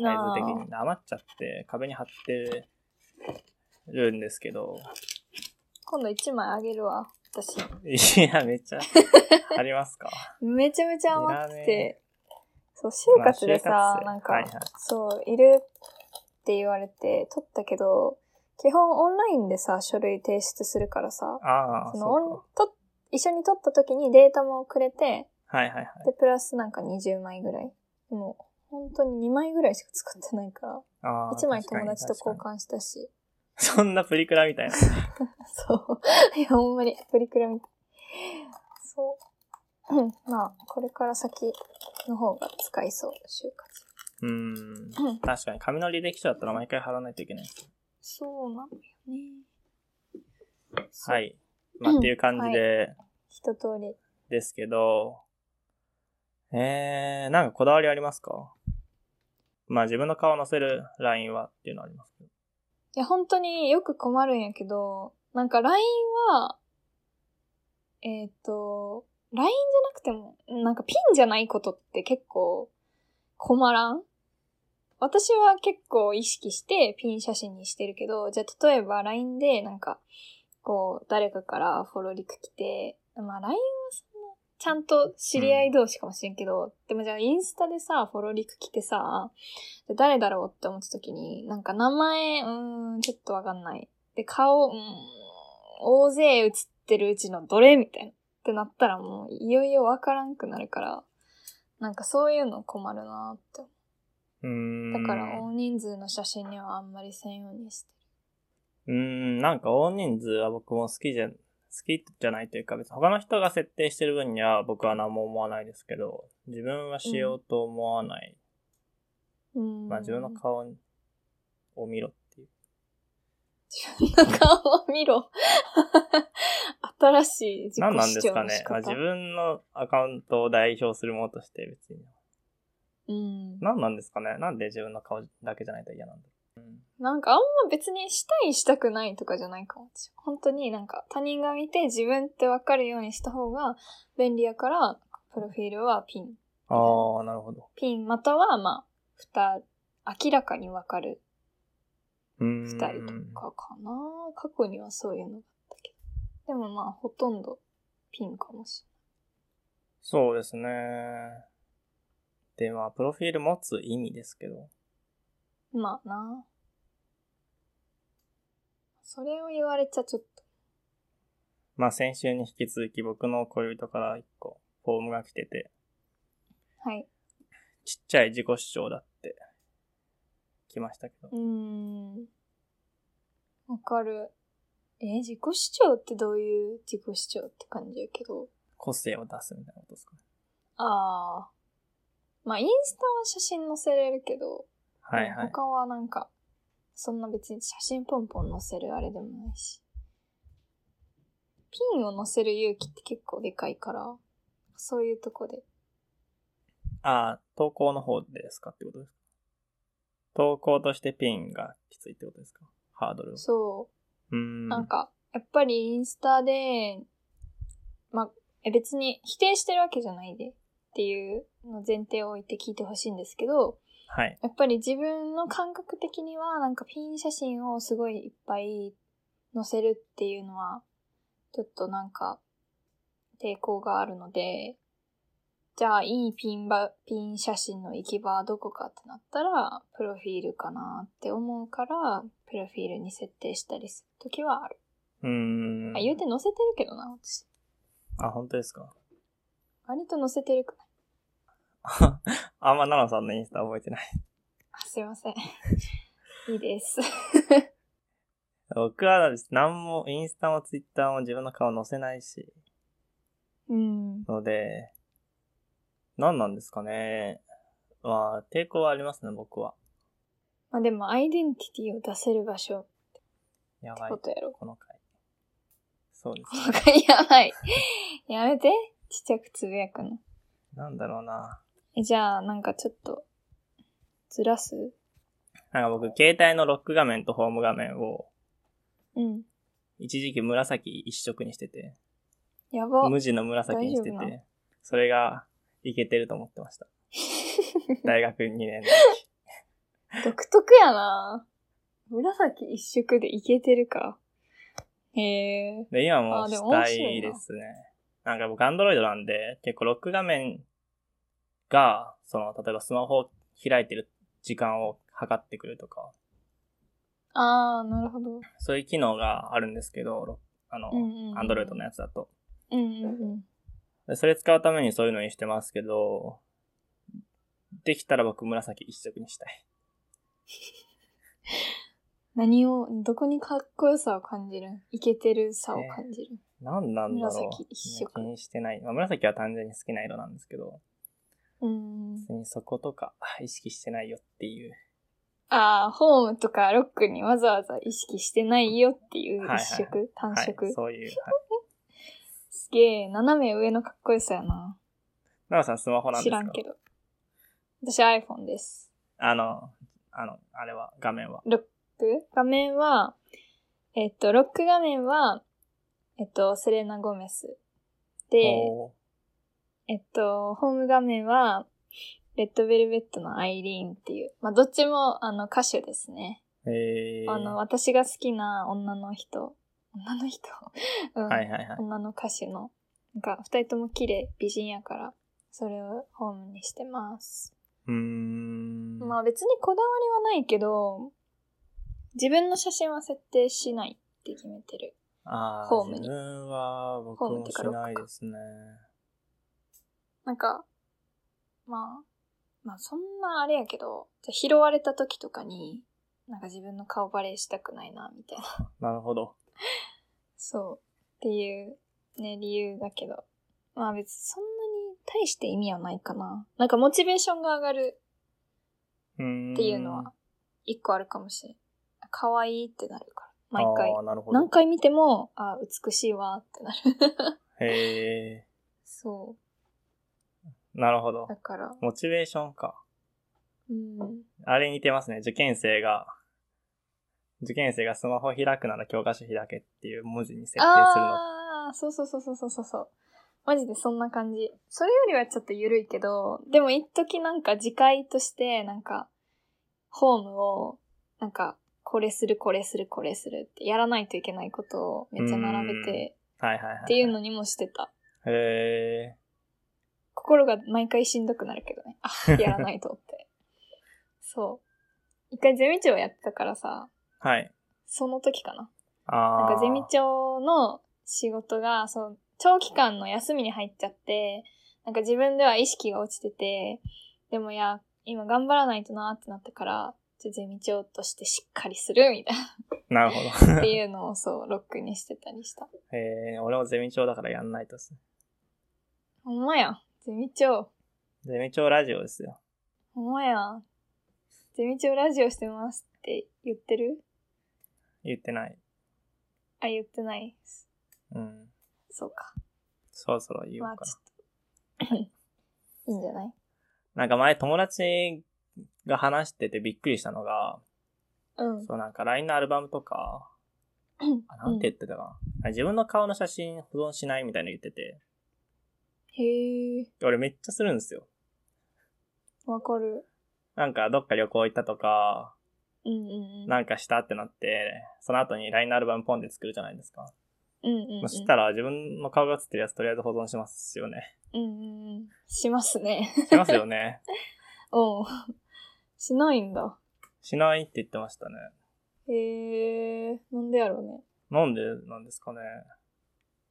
[SPEAKER 1] サイズ的に余っちゃって壁に貼ってるんですけど、
[SPEAKER 2] 今度一枚あげるわ、私。
[SPEAKER 1] いや、めっちゃありますか。
[SPEAKER 2] めちゃめちゃ甘
[SPEAKER 1] いら
[SPEAKER 2] く
[SPEAKER 1] ね
[SPEAKER 2] て。そう、就活で
[SPEAKER 1] まあ就
[SPEAKER 2] さ
[SPEAKER 1] 活、生
[SPEAKER 2] なんか、
[SPEAKER 1] はいはい
[SPEAKER 2] そう、いるって言われて取ったけど、基本オンラインでさ、書類提出するからさ、
[SPEAKER 1] ああ、
[SPEAKER 2] そのオン
[SPEAKER 1] そう
[SPEAKER 2] と一緒に取った時にデータもくれて、
[SPEAKER 1] か。はいはいはい。
[SPEAKER 2] で、プラスなんか20枚ぐらい。もう、本当に2枚ぐらいしか使ってないから、
[SPEAKER 1] ああ
[SPEAKER 2] 1枚友達と交。
[SPEAKER 1] 確かに確か
[SPEAKER 2] 換したし、
[SPEAKER 1] にそんなプリクラみたいな。
[SPEAKER 2] そう。いや、ほんまに、プリクラみたい。そう。うんまあ、これから先の方が使いそう、就活。
[SPEAKER 1] うーん。
[SPEAKER 2] うん
[SPEAKER 1] 確かに、紙の履歴書だったら毎回貼らないといけない。
[SPEAKER 2] そうなのよね。
[SPEAKER 1] は。い。まあ、っていう感じで、
[SPEAKER 2] 一通り。
[SPEAKER 1] ですけど、えー、なんかこだわりありますかまあ自分の顔を載せるラインはっていうのはありますけど。
[SPEAKER 2] いや、本当によく困るんやけど、なんか LINE は、えっ、と、LINE じゃなくても、なんかピンじゃないことって結構困らん私は結構意識してピン写真にしてるけど、じゃあ例えば LINE でなんか、こう、誰かからフォローリク来て、まあ LINE はそんな、ちゃんと知り合い同士かもしれんけど、でもじゃあインスタでさ、フォローリク来てさ、で誰だろうって思った時に、なんか名前、うーん、ちょっとわかんない。で、顔、うーん、大勢写ってるうちのどれみたいな。ってなったらもう、いよいよわからんくなるから、なんかそういうの困るなって。
[SPEAKER 1] うーん。
[SPEAKER 2] だから大人数の写真にはあんまりせんようにして
[SPEAKER 1] うーん、なんか大人数は僕も好きじゃ、好きじゃないというか別に他の人が設定してる分には僕は何も思わないですけど、自分はしようと思わない。
[SPEAKER 2] る。うん。
[SPEAKER 1] まあ自分の顔を見ろっていう。
[SPEAKER 2] 自分の顔を見ろ。新しい自己主張
[SPEAKER 1] 何
[SPEAKER 2] の
[SPEAKER 1] なん
[SPEAKER 2] 仕
[SPEAKER 1] で
[SPEAKER 2] 方
[SPEAKER 1] すかね、まあ、自分のアカウントを代表するものとして別に。
[SPEAKER 2] うん。
[SPEAKER 1] 何なんですかねなんで自分の顔だけじゃないと嫌なんだろううん
[SPEAKER 2] なんかあんま別にしたいしたくないとかじゃないかも。私本当になんか他人が見て自分ってわかるようにした方が便利やから、プロフィールはピン。
[SPEAKER 1] ああ、なるほど。
[SPEAKER 2] ピンまたはまあ、二明らかにわかる
[SPEAKER 1] 二
[SPEAKER 2] 二人とかかな。過去にはそういうのがあったけど。でもまあほとんどピンかもし
[SPEAKER 1] そうですね。で、まあ、プロフィール持つ意味ですけど。
[SPEAKER 2] れない。まあな。それを言われちゃちょっと。
[SPEAKER 1] まあ、先週に引き続き僕の恋人から一個、フォームが来てて、
[SPEAKER 2] はい。
[SPEAKER 1] ちっちゃい自己主張だって、来ましたけど
[SPEAKER 2] う。ーん。わかる。えー自己主張ってどういう自己主張って感じやけど。
[SPEAKER 1] 個性を出すみたいなことですかね。
[SPEAKER 2] ああ。まあ、インスタは写真載せれるけど、
[SPEAKER 1] はいはい。
[SPEAKER 2] 他はなんか、そんな別に写真ポンポン載せるあれでもないし。ピンを載せる勇気って結構でかいから、そういうとこで。
[SPEAKER 1] ああ、投稿の方ですかってことですか投稿としてピンがきついってことですかハードルを。
[SPEAKER 2] そう。
[SPEAKER 1] うーん。
[SPEAKER 2] なんか、やっぱりインスタで、まあ、え別に否定してるわけじゃないでっていうの前提を置いて聞いてほしいんですけど、
[SPEAKER 1] はい。
[SPEAKER 2] やっぱり自分の感覚的にはなんかピン写真をすごいいっぱい載せるっていうのは、ちょっとなんか抵抗があるので、じゃあいいピンば、ピン写真の行き場はどこかってなったら、プロフィールかなって思うから、プロフィールに設定したりするときはある。
[SPEAKER 1] うーん。
[SPEAKER 2] あ、言うて載せてるけどな、私。
[SPEAKER 1] あ、本当ですか
[SPEAKER 2] 割と載せてるくない
[SPEAKER 1] あんま奈良さんのインスタ覚えてない。
[SPEAKER 2] あ、すいません。 いいです。
[SPEAKER 1] 僕は何もインスタもツイッターも自分の顔載せないし、
[SPEAKER 2] うん。
[SPEAKER 1] ので、何なんですかね。まあ、抵抗はありますね、僕は。
[SPEAKER 2] まあでも、アイデンティティを出せる場所っ
[SPEAKER 1] や
[SPEAKER 2] て
[SPEAKER 1] ばい
[SPEAKER 2] こ、とやろ。
[SPEAKER 1] この回。そうですね。
[SPEAKER 2] やばい。やめて。ちっちゃくつぶやくの。
[SPEAKER 1] なんだろうな。
[SPEAKER 2] え、じゃあ、なんかちょっと、ずらす
[SPEAKER 1] なんか僕、携帯のロック画面とホーム画面を、
[SPEAKER 2] うん。
[SPEAKER 1] 一時期紫一色にしてて、
[SPEAKER 2] やば。
[SPEAKER 1] 無地の紫にして
[SPEAKER 2] 大丈夫な
[SPEAKER 1] て、それが、いけてると思ってま した。大学2年の時。
[SPEAKER 2] 独特やな紫一色でいけてるか。へえ。
[SPEAKER 1] で、今も
[SPEAKER 2] あで
[SPEAKER 1] し
[SPEAKER 2] も面
[SPEAKER 1] た
[SPEAKER 2] 白
[SPEAKER 1] い
[SPEAKER 2] いな
[SPEAKER 1] ですね。なんか僕、アンドロイドなんで、結構ロック画面が、その、例えばスマホを開いてる時間を測ってくるとか、
[SPEAKER 2] あー、なるほど。
[SPEAKER 1] そういう機能があるんですけど、ロあの、
[SPEAKER 2] うんうん。
[SPEAKER 1] アンドロイドの。やつだと。
[SPEAKER 2] うんうんうん。
[SPEAKER 1] でそれ使うためにそういうのにしてますけど、できたら僕紫一色にしたい。
[SPEAKER 2] 何を、どこにかっこよさを感じるいけてるさを感じる。
[SPEAKER 1] なんなんだろう。
[SPEAKER 2] 紫一色
[SPEAKER 1] ね気にしてない。まあ、紫は単純に好きな色なんですけど、
[SPEAKER 2] うん。
[SPEAKER 1] 別にそことか意識してないよっていう。
[SPEAKER 2] ああ、ホームとかロックにわざわざ意識してないよっていう一色、単
[SPEAKER 1] はい
[SPEAKER 2] 色。。
[SPEAKER 1] そういう。はい、
[SPEAKER 2] すげえ、斜め上のかっこよさやな。
[SPEAKER 1] 奈良さんスマホなんです
[SPEAKER 2] 知
[SPEAKER 1] から
[SPEAKER 2] んけど。私 iPhone です。
[SPEAKER 1] あの、あの、あれは、画面は。
[SPEAKER 2] ロック画面は、えっと、ロック画面は、えっと、セレナ・ゴメス。で、
[SPEAKER 1] お
[SPEAKER 2] えっと、ホーム画面は、レッドベルベットのアイリーンっていう。まあ、どっちも、あの、歌手ですね。
[SPEAKER 1] ーえー、
[SPEAKER 2] あの、私が好きな女の人、女の人、 うん
[SPEAKER 1] はいはいはい。
[SPEAKER 2] 女の歌手の、なんか二人とも綺麗、美人やから、それをホームにしてます。
[SPEAKER 1] うーん。
[SPEAKER 2] まあ別にこだわりはないけど、自分の写真は設定しないって決めてる。
[SPEAKER 1] あー
[SPEAKER 2] ホームに
[SPEAKER 1] 自分は、僕
[SPEAKER 2] ホームっ
[SPEAKER 1] も
[SPEAKER 2] ていう
[SPEAKER 1] し
[SPEAKER 2] か
[SPEAKER 1] ないですね。
[SPEAKER 2] なんか、まあ、まあそんなあれやけど、じゃあ拾われた時とかに、なんか自分の顔バレしたくないな、みたいな。
[SPEAKER 1] なるほど。
[SPEAKER 2] そう。っていう、ね、理由だけど。まあ別にそんなに大して意味はないかな。なんかモチベーションが上がる
[SPEAKER 1] うーん。
[SPEAKER 2] っていうのは、一個あるかもしれん。可愛いってなるから、毎回
[SPEAKER 1] あ。ーなるほど。
[SPEAKER 2] 何回見ても、あー美しいわーってなる。
[SPEAKER 1] へえ
[SPEAKER 2] そ
[SPEAKER 1] ー、なるほど
[SPEAKER 2] う。だ。から、
[SPEAKER 1] モチベーションか。
[SPEAKER 2] うん。
[SPEAKER 1] あれに似てますね。受験生が、受験生がスマホ開くなら教科書開けっていう文字に設定するの。
[SPEAKER 2] ああ、そうそうそうそうそうそうそう。マジでそんな感じ。それよりはちょっと緩いけど、でも一時なんか次回として、なんか、ホームを、なんか、これする、これする、これするって、やらないといけないことをめっちゃ並べて、
[SPEAKER 1] はいはいはい。
[SPEAKER 2] っていうのにもしてた。
[SPEAKER 1] へえ
[SPEAKER 2] 心が毎回しんどくなるけどね。あ、やらないとって。そう。一回ゼミ長やってたからさ、
[SPEAKER 1] ー、はい。
[SPEAKER 2] その時かな。
[SPEAKER 1] あ
[SPEAKER 2] な
[SPEAKER 1] あ。
[SPEAKER 2] んかゼミ長の仕事が、そう、長期間の休みに入っちゃって、なんか自分では意識が落ちてて、でもいや、今頑張らないとなーってなったから、ちょゼミ長としてしっかりするみたい
[SPEAKER 1] なるほど。
[SPEAKER 2] なっていうのをそう、ロックにしてたりした。
[SPEAKER 1] えー、俺もゼミ長だからやんないとっす。
[SPEAKER 2] ほんまやん。ゼミ長。
[SPEAKER 1] ゼミ長ラジオですよ。
[SPEAKER 2] ほんまやん。ゼミ長ラジオしてますって言ってる
[SPEAKER 1] 言ってない。
[SPEAKER 2] あ、言ってないです。
[SPEAKER 1] うん。
[SPEAKER 2] そうか。
[SPEAKER 1] そろそろ言お
[SPEAKER 2] まあ
[SPEAKER 1] うか
[SPEAKER 2] ちょっ と。いいんじゃない
[SPEAKER 1] な。なんか前友達が話しててびっくりしたのが、
[SPEAKER 2] うん。
[SPEAKER 1] そうなんか LINE のアルバムとか、あ、なんて言ってたかな。自分の顔の写真保存しないみたいなの言ってて、
[SPEAKER 2] へえ、
[SPEAKER 1] 俺めっちゃするんですよ。
[SPEAKER 2] わかる。
[SPEAKER 1] なんかどっか旅行行ったとか、
[SPEAKER 2] うんうんうん。
[SPEAKER 1] なんかしたってなって、その後に LINE のアルバムポンで作るじゃないですか。
[SPEAKER 2] うんうん、うん。
[SPEAKER 1] そしたら自分の顔が写ってるやつとりあえず保存しますよね。
[SPEAKER 2] うんうんうん。しますね。
[SPEAKER 1] しますよね。
[SPEAKER 2] うん。しないんだ。
[SPEAKER 1] しないって言ってましたね。
[SPEAKER 2] へえ、なんでやろうね。
[SPEAKER 1] なんでなんですかね。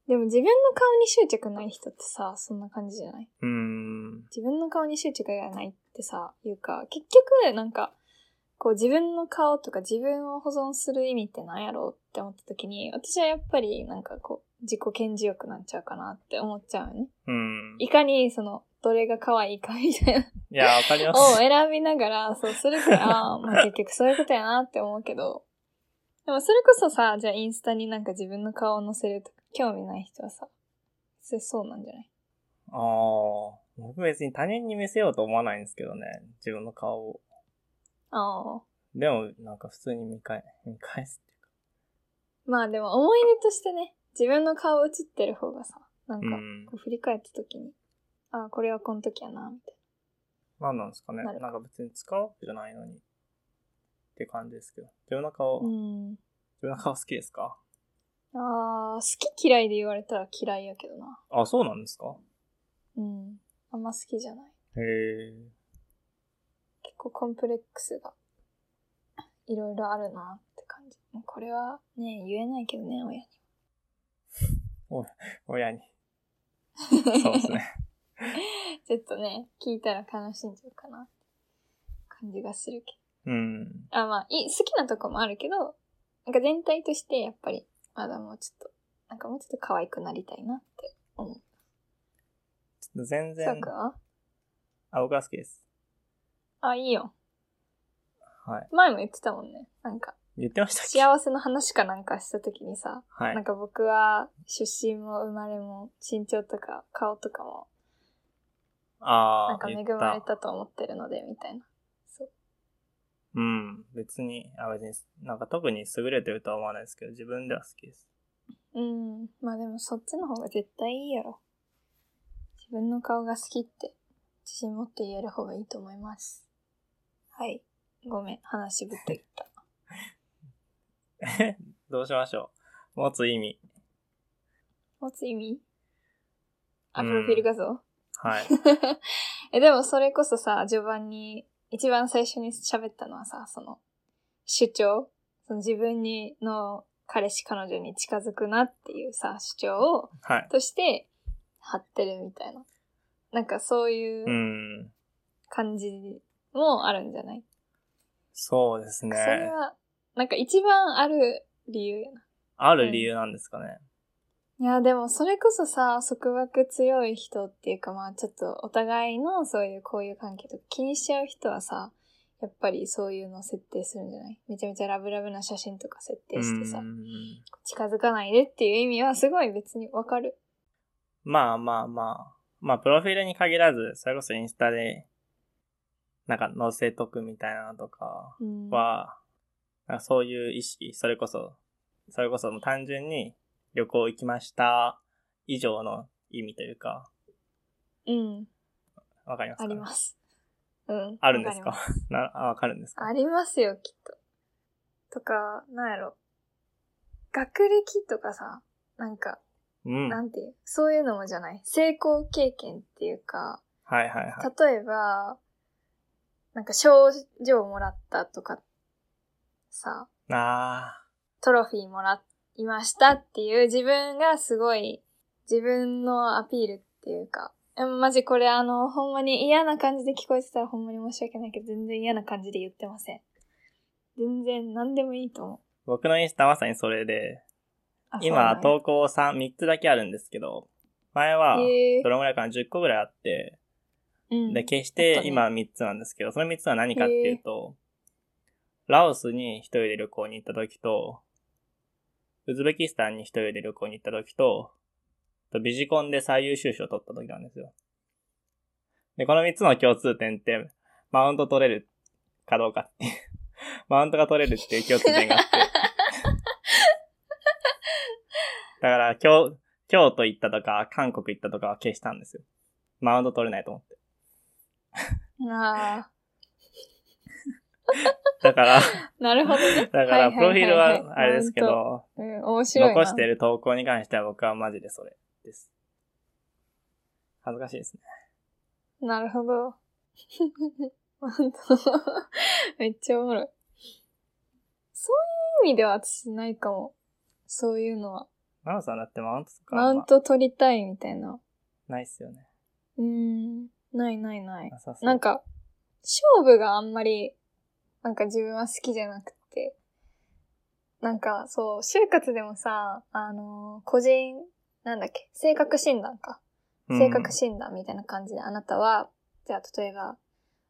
[SPEAKER 2] でも自分の顔に執着ない人ってさ、そんな感じじゃないう
[SPEAKER 1] ーん。
[SPEAKER 2] 自分の顔に執着がないってさ、いうか、結局、なんか、こう自分の顔とか自分を保存する意味ってなんやろうって思った時に、私はやっぱりなんかこう、自己顕示欲なんちゃうかなって思っちゃうよね。
[SPEAKER 1] うん。い
[SPEAKER 2] いかにその、どれが可愛いかみたいな
[SPEAKER 1] や、わかり ま
[SPEAKER 2] を
[SPEAKER 1] す。
[SPEAKER 2] 選びながら、そうするか ら、まあ結局そういうことやなって思うけど、でもそれこそさ、じゃあインスタになんか自分の顔を載せるとか、興味ない人はさ、それそうなんじゃない
[SPEAKER 1] ああ。僕別に他人に見せようと思わないんですけどね。自分の顔を。
[SPEAKER 2] ああ。
[SPEAKER 1] でも、なんか普通に見返、見返すっていうか。
[SPEAKER 2] まあでも思い出としてね、自分の顔写ってる方がさ、なんか
[SPEAKER 1] う、ん
[SPEAKER 2] こう振り返った時に、ああ、これはこの時やな、みたい
[SPEAKER 1] なんなんですかね。
[SPEAKER 2] なる
[SPEAKER 1] なんか別に使うわけじゃないのに。って感じですけど。自分の顔、
[SPEAKER 2] な。う
[SPEAKER 1] 自
[SPEAKER 2] ん。
[SPEAKER 1] 分の顔好きですか
[SPEAKER 2] ああ、好き嫌いで言われたら嫌いやけどな。
[SPEAKER 1] あ、そうなんですか
[SPEAKER 2] うん。あんま好きじゃない。
[SPEAKER 1] へえ。
[SPEAKER 2] 結構コンプレックスがいろいろあるなって感じ。もうこれはね、言えないけどね、親に。
[SPEAKER 1] 親 に。そうですね。
[SPEAKER 2] ちょっとね、聞いたら悲しんじゃうかなって感じがするけ
[SPEAKER 1] うん。
[SPEAKER 2] ど。あ、まあ、いい好きなとこもあるけど、なんか全体としてやっぱり、まだもうちょっと、なんかもうちょっと可愛くなりたいなって思う。
[SPEAKER 1] ちょっと全
[SPEAKER 2] さ
[SPEAKER 1] 然
[SPEAKER 2] く、は
[SPEAKER 1] あ、僕は好きです。
[SPEAKER 2] あ、いいよ。
[SPEAKER 1] はい。
[SPEAKER 2] 前も言ってたもんね。なんか、
[SPEAKER 1] 言ってましたっけ
[SPEAKER 2] 幸せの話かなんかした時にさ、
[SPEAKER 1] は
[SPEAKER 2] なん
[SPEAKER 1] い。
[SPEAKER 2] か僕は出身も生まれも身長とか顔とかも
[SPEAKER 1] ああ、
[SPEAKER 2] なんか恵
[SPEAKER 1] 言
[SPEAKER 2] まれ
[SPEAKER 1] った
[SPEAKER 2] と思ってるので、みたいな。そう。
[SPEAKER 1] うん。別に、あ、別に、なんか特に優れてるとは思わないですけど、自分では好きです。
[SPEAKER 2] うん。まあでもそっちの方が絶対いいやろ。自分の顔が好きって自信持って言える方がいいと思います。はい。ごめん、話ぶってきた。
[SPEAKER 1] どうしましょう。持つ意味。
[SPEAKER 2] 持つ意味あ、
[SPEAKER 1] うん
[SPEAKER 2] プロフィール画像、
[SPEAKER 1] はい。
[SPEAKER 2] え、でもそれこそさ、序盤に、一番最初に喋ったのはさ、その、主張その自分にの彼氏彼女に近づくなっていうさ、主張を
[SPEAKER 1] はい。。
[SPEAKER 2] として貼ってるみたいな。なんかそう いうううん感じもあるんじゃない、
[SPEAKER 1] そうですね
[SPEAKER 2] そ。れは、なんか一番ある理由やな。
[SPEAKER 1] ある理由なんですかね。
[SPEAKER 2] いや、でもそれこそさ、束縛強い人っていうかまあちょっとお互いのそういう交友関係とか気にしちゃう人はさ、やっぱりそういうのを設定するんじゃないめちゃめちゃラブラブな写真とか設定してさ
[SPEAKER 1] う、ん
[SPEAKER 2] 近づかないでっていう意味はすごい別にわかる。
[SPEAKER 1] まあまあまあ。まあ、プロフィールに限らず、それこそインスタで、なんか載せとくみたいなのとか
[SPEAKER 2] うん。
[SPEAKER 1] は、なんかそういう意識、それこそ、それこそもう単純に旅行行きました以上の意味というか、
[SPEAKER 2] うん。
[SPEAKER 1] わかりますか
[SPEAKER 2] あります。うん。
[SPEAKER 1] あるんです
[SPEAKER 2] わ
[SPEAKER 1] か
[SPEAKER 2] ります
[SPEAKER 1] な、あ、わかるんですか
[SPEAKER 2] ありますよ、きっと。とか、なんやろ。学歴とかさ、なんか、
[SPEAKER 1] うん。は
[SPEAKER 2] ないんていう、そういうのもじゃない。成功経験っていうか、
[SPEAKER 1] はいはい。
[SPEAKER 2] 例えば、なんか賞状もらったとか、さ、
[SPEAKER 1] あ
[SPEAKER 2] トロフィーもらいましたっていう自分がすごい自分のアピールっていうか、えマジこれあの、ほんまに嫌な感じで聞こえてたらほんまに申し訳ないけど、全然嫌な感じで言ってません。全然何でもいいと思う。
[SPEAKER 1] 僕のインスタまさにそれで、
[SPEAKER 2] あ
[SPEAKER 1] 今、
[SPEAKER 2] そう
[SPEAKER 1] 投稿3、3つだけあるんですけど、前は、
[SPEAKER 2] なんやへえ
[SPEAKER 1] どれぐらいかな、10個ぐらいあって、
[SPEAKER 2] うん
[SPEAKER 1] で、決し
[SPEAKER 2] あった
[SPEAKER 1] て
[SPEAKER 2] ね
[SPEAKER 1] 今3つなんですけど、その3つは何かっていうと、ラオスに一人で旅行に行った時と、ウズベキスタンに一人で旅行に行った時と、あとビジコンで最優秀賞を取った時なんですよ。で、この3つの共通点って、マウント取れるかどうかっていう、 マウントが取れるっていう共通点があって。 だから、今日、京都行ったとか、韓国行ったとかは消したんですよ。マウント取れないと思って。
[SPEAKER 2] あ
[SPEAKER 1] だから、
[SPEAKER 2] あ、なるほど
[SPEAKER 1] だ
[SPEAKER 2] ね。
[SPEAKER 1] から、
[SPEAKER 2] いいいい
[SPEAKER 1] プロフィールはあれですけ。
[SPEAKER 2] マウン
[SPEAKER 1] ど、
[SPEAKER 2] トうん、面白いな。
[SPEAKER 1] 残してる投稿に関しては僕はマジでそれです。恥ずかしいですね。
[SPEAKER 2] なるほど。 本当 めっちゃおもろい。そういう意味では私ないかも。そういうのは。
[SPEAKER 1] ナオさんだってマウントとか、
[SPEAKER 2] マウン
[SPEAKER 1] ま
[SPEAKER 2] ト取りたいみたいな。
[SPEAKER 1] あないっすよね。
[SPEAKER 2] うーん。ないないない。
[SPEAKER 1] なさそう。
[SPEAKER 2] なんか、勝負があんまり、なんか自分は好きじゃなくて。なんか、そう、就活でもさ、あのー個人、なんだっけ、性格診断か。
[SPEAKER 1] うん、
[SPEAKER 2] 性格診断みたいな感じで、あなたは、じゃあ例えば、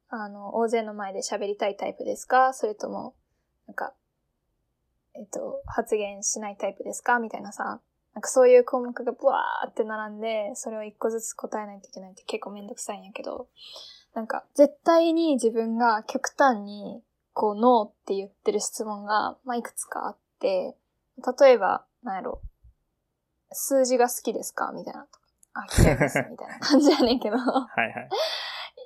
[SPEAKER 2] あの、大勢の前で喋りたいタイプですかそれとも、なんか、えっと、発言しないタイプですかみたいなさ、なんかそういう項目がブワーって並んで、それを一個ずつ答えないといけないって結構めんどくさいんやけど、なんか絶対に自分が極端に、こう、ノーって言ってる質問が、まあ、いくつかあって、例えば、なんやろ、数字が好きですかみたいなとか、あ、嫌 いです、みたいな感じやねんけど、
[SPEAKER 1] はいはい。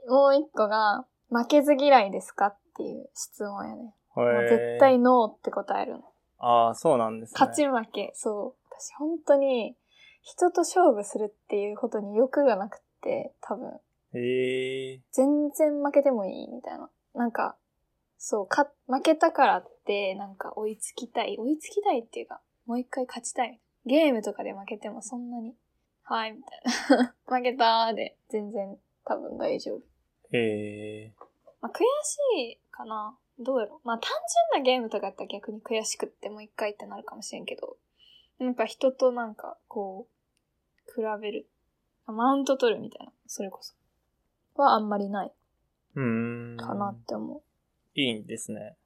[SPEAKER 2] もう一個が、負けず嫌いですかっていう質問やね。
[SPEAKER 1] こ
[SPEAKER 2] もう絶対ノーって答えるの。
[SPEAKER 1] ああ、そうなんですね。
[SPEAKER 2] 勝ち負け、そう。私本当に、人と勝負するっていうことに欲がなくって、多分。
[SPEAKER 1] へえ
[SPEAKER 2] 全然負けてもいいみたいな。なんか、そう、か、負けたからって、なんか追いつきたい。追いつきたいっていうか、もう一回勝ちたい。ゲームとかで負けてもそんなに、はい、みたいな。 負けたーで、全然多分大丈夫。
[SPEAKER 1] ー。へえ
[SPEAKER 2] まあ、悔しいかな。どうやろまあ単純なゲームとかやったら逆に悔しくってもう一回ってなるかもしれんけど、なんか人となんかこう、比べる。マウント取るみたいな、それこそ。はあんまりない
[SPEAKER 1] ー。うーん。
[SPEAKER 2] かなって思
[SPEAKER 1] いいんですね。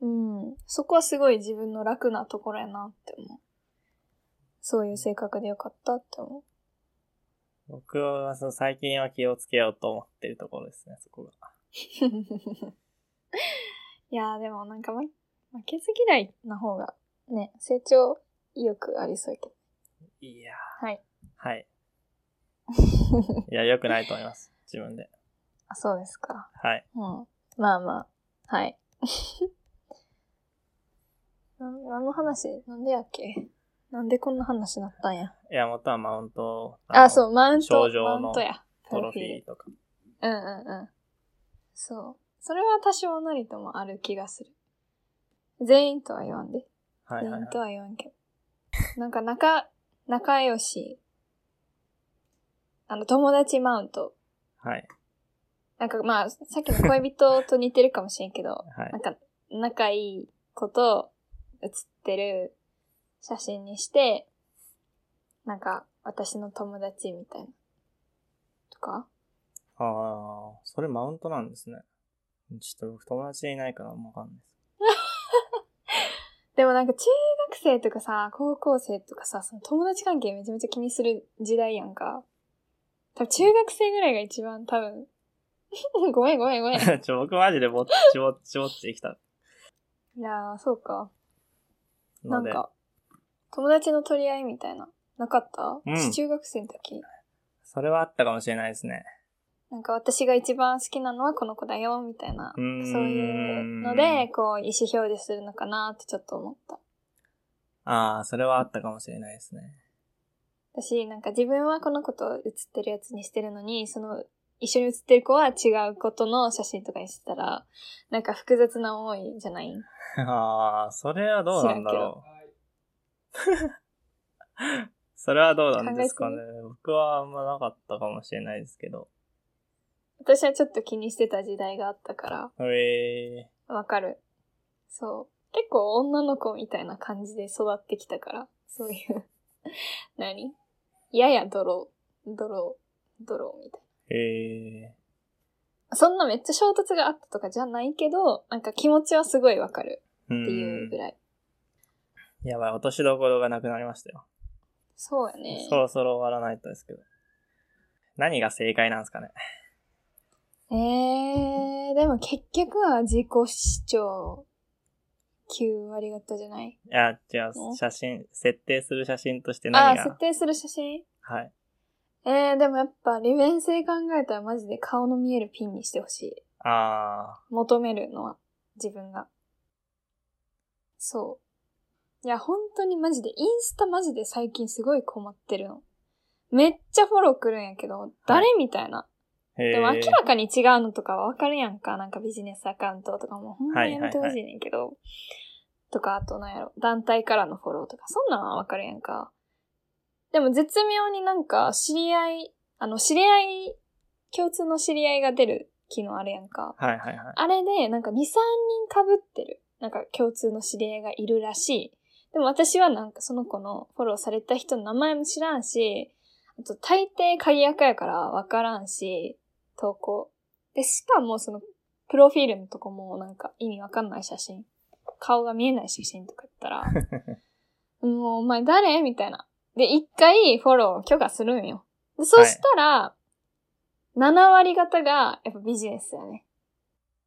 [SPEAKER 2] う。うん。そこはすごい自分の楽なところやなって思う。そういう性格でよかったって思う。
[SPEAKER 1] 僕はその最近は気をつけようと思ってるところですね、そこが。
[SPEAKER 2] いやーでもなんか、ま、負けず嫌いな方がね、成長意欲ありそうやけど。
[SPEAKER 1] いや
[SPEAKER 2] はい。
[SPEAKER 1] ーはい。いや、良くないと思います。自分で。
[SPEAKER 2] あ、そうですか。
[SPEAKER 1] はい。
[SPEAKER 2] うん。まあまあ。はい。 なん何の話なんでやっけなんでこんな話になったんや。
[SPEAKER 1] いや、元はマウント。
[SPEAKER 2] あ、
[SPEAKER 1] う。
[SPEAKER 2] そう、マウント
[SPEAKER 1] 症。状
[SPEAKER 2] マ
[SPEAKER 1] の
[SPEAKER 2] ウントや。プ
[SPEAKER 1] ト
[SPEAKER 2] ロ
[SPEAKER 1] ロ
[SPEAKER 2] フ
[SPEAKER 1] フ
[SPEAKER 2] ィー
[SPEAKER 1] ィーとか。
[SPEAKER 2] ル。うんうんうん。そう。それは多少なりともある気がする。全員とは言わんで。
[SPEAKER 1] はいはい、は
[SPEAKER 2] 全員
[SPEAKER 1] い。
[SPEAKER 2] とは言わんけど。なんか仲、 仲良し。あの、友達マウント。
[SPEAKER 1] はい。
[SPEAKER 2] なんかまあ、さっきの恋人と似てるかもしれんけど、
[SPEAKER 1] はい
[SPEAKER 2] なん。か、仲いい子と写ってる写真にして、なんか、私の友達みたいな。とか
[SPEAKER 1] ああ、それマウントなんですね。ちょっと僕友達いないからもうわかんないです。
[SPEAKER 2] でもなんか中学生とかさ、高校生とかさ、その友達関係めちゃめちゃ気にする時代やんか。多分中学生ぐらいが一番多分、 ごめんごめんごめん。い
[SPEAKER 1] ちょ、僕マジでぼっちぼっちぼっちできた
[SPEAKER 2] やー、そうか。な
[SPEAKER 1] の
[SPEAKER 2] ん
[SPEAKER 1] で、
[SPEAKER 2] か、友達の取り合いみたいな、なかった、
[SPEAKER 1] うん
[SPEAKER 2] 私中学生の時。
[SPEAKER 1] それはあったかもしれないですね。
[SPEAKER 2] なんか私が一番好きなのはこの子だよ、みたいな、
[SPEAKER 1] うーん
[SPEAKER 2] そういうので、こう、意思表示するのかなってちょっと思った。
[SPEAKER 1] ああ、それはあったかもしれないですね。
[SPEAKER 2] 私、なんか自分はこの子と写ってるやつにしてるのに、その、一緒に写ってる子は違うことの写真とかにしてたら、なんか複雑な思いじゃない
[SPEAKER 1] ああ、それはどうなんだろう。 それはどうなんですかね
[SPEAKER 2] 考。
[SPEAKER 1] 僕はあんまなかったかもしれないですけど。
[SPEAKER 2] 私はちょっと気にしてた時代があったから、
[SPEAKER 1] ええ
[SPEAKER 2] わかる。そう。結構女の子みたいな感じで育ってきたから、そういう、 何やや泥、泥、泥みたい
[SPEAKER 1] え
[SPEAKER 2] な。そんなめっちゃ衝突があったとかじゃないけど、なんか気持ちはすごいわかる
[SPEAKER 1] ー。
[SPEAKER 2] っていうぐらい。
[SPEAKER 1] うん。やばい、落としどころがなくなりましたよ。
[SPEAKER 2] そうやね。
[SPEAKER 1] そろそろ終わらないとですけど。何が正解なんですかね。
[SPEAKER 2] えー、でも結局は自己主張9割方じゃない
[SPEAKER 1] いや、じゃあ
[SPEAKER 2] ね、
[SPEAKER 1] 写真、設定する写真として
[SPEAKER 2] あ
[SPEAKER 1] 何
[SPEAKER 2] ー、設
[SPEAKER 1] が
[SPEAKER 2] 定する写真
[SPEAKER 1] はい。
[SPEAKER 2] えー、でもやっぱ利便性考えたらマジで顔の見えるピンにしてほしい。
[SPEAKER 1] あ
[SPEAKER 2] 求めるのは自分が。そう。いや、本当にマジで、インスタマジで最近すごい困ってるの。めっちゃフォロー来るんやけど、誰みたいな。
[SPEAKER 1] ー。へえ。
[SPEAKER 2] でも明らかに違うのとかはわかるやんか。なんかビジネスアカウントとかもほんまやめてほしいねんけど。とか、あとなんやろ。団体からのフォローとか。そんなんはわかるやんか。でも絶妙になんか知り合い、あの知り合い、共通の知り合いが出る機能あるやんか。
[SPEAKER 1] はいはいはい。
[SPEAKER 2] あれでなんか2、3人被ってる。なんか共通の知り合いがいるらしい。でも私はなんかその子のフォローされた人の名前も知らんし、あと大抵鍵役やからわからんし、投稿。で、しかもその、プロフィールのとこもなんか意味わかんない写真。顔が見えない写真とか言ったら、 もうお前誰みたいな。で、一回フォローを許可するんよ。でそしたら、7割方がやっぱビジネスやね。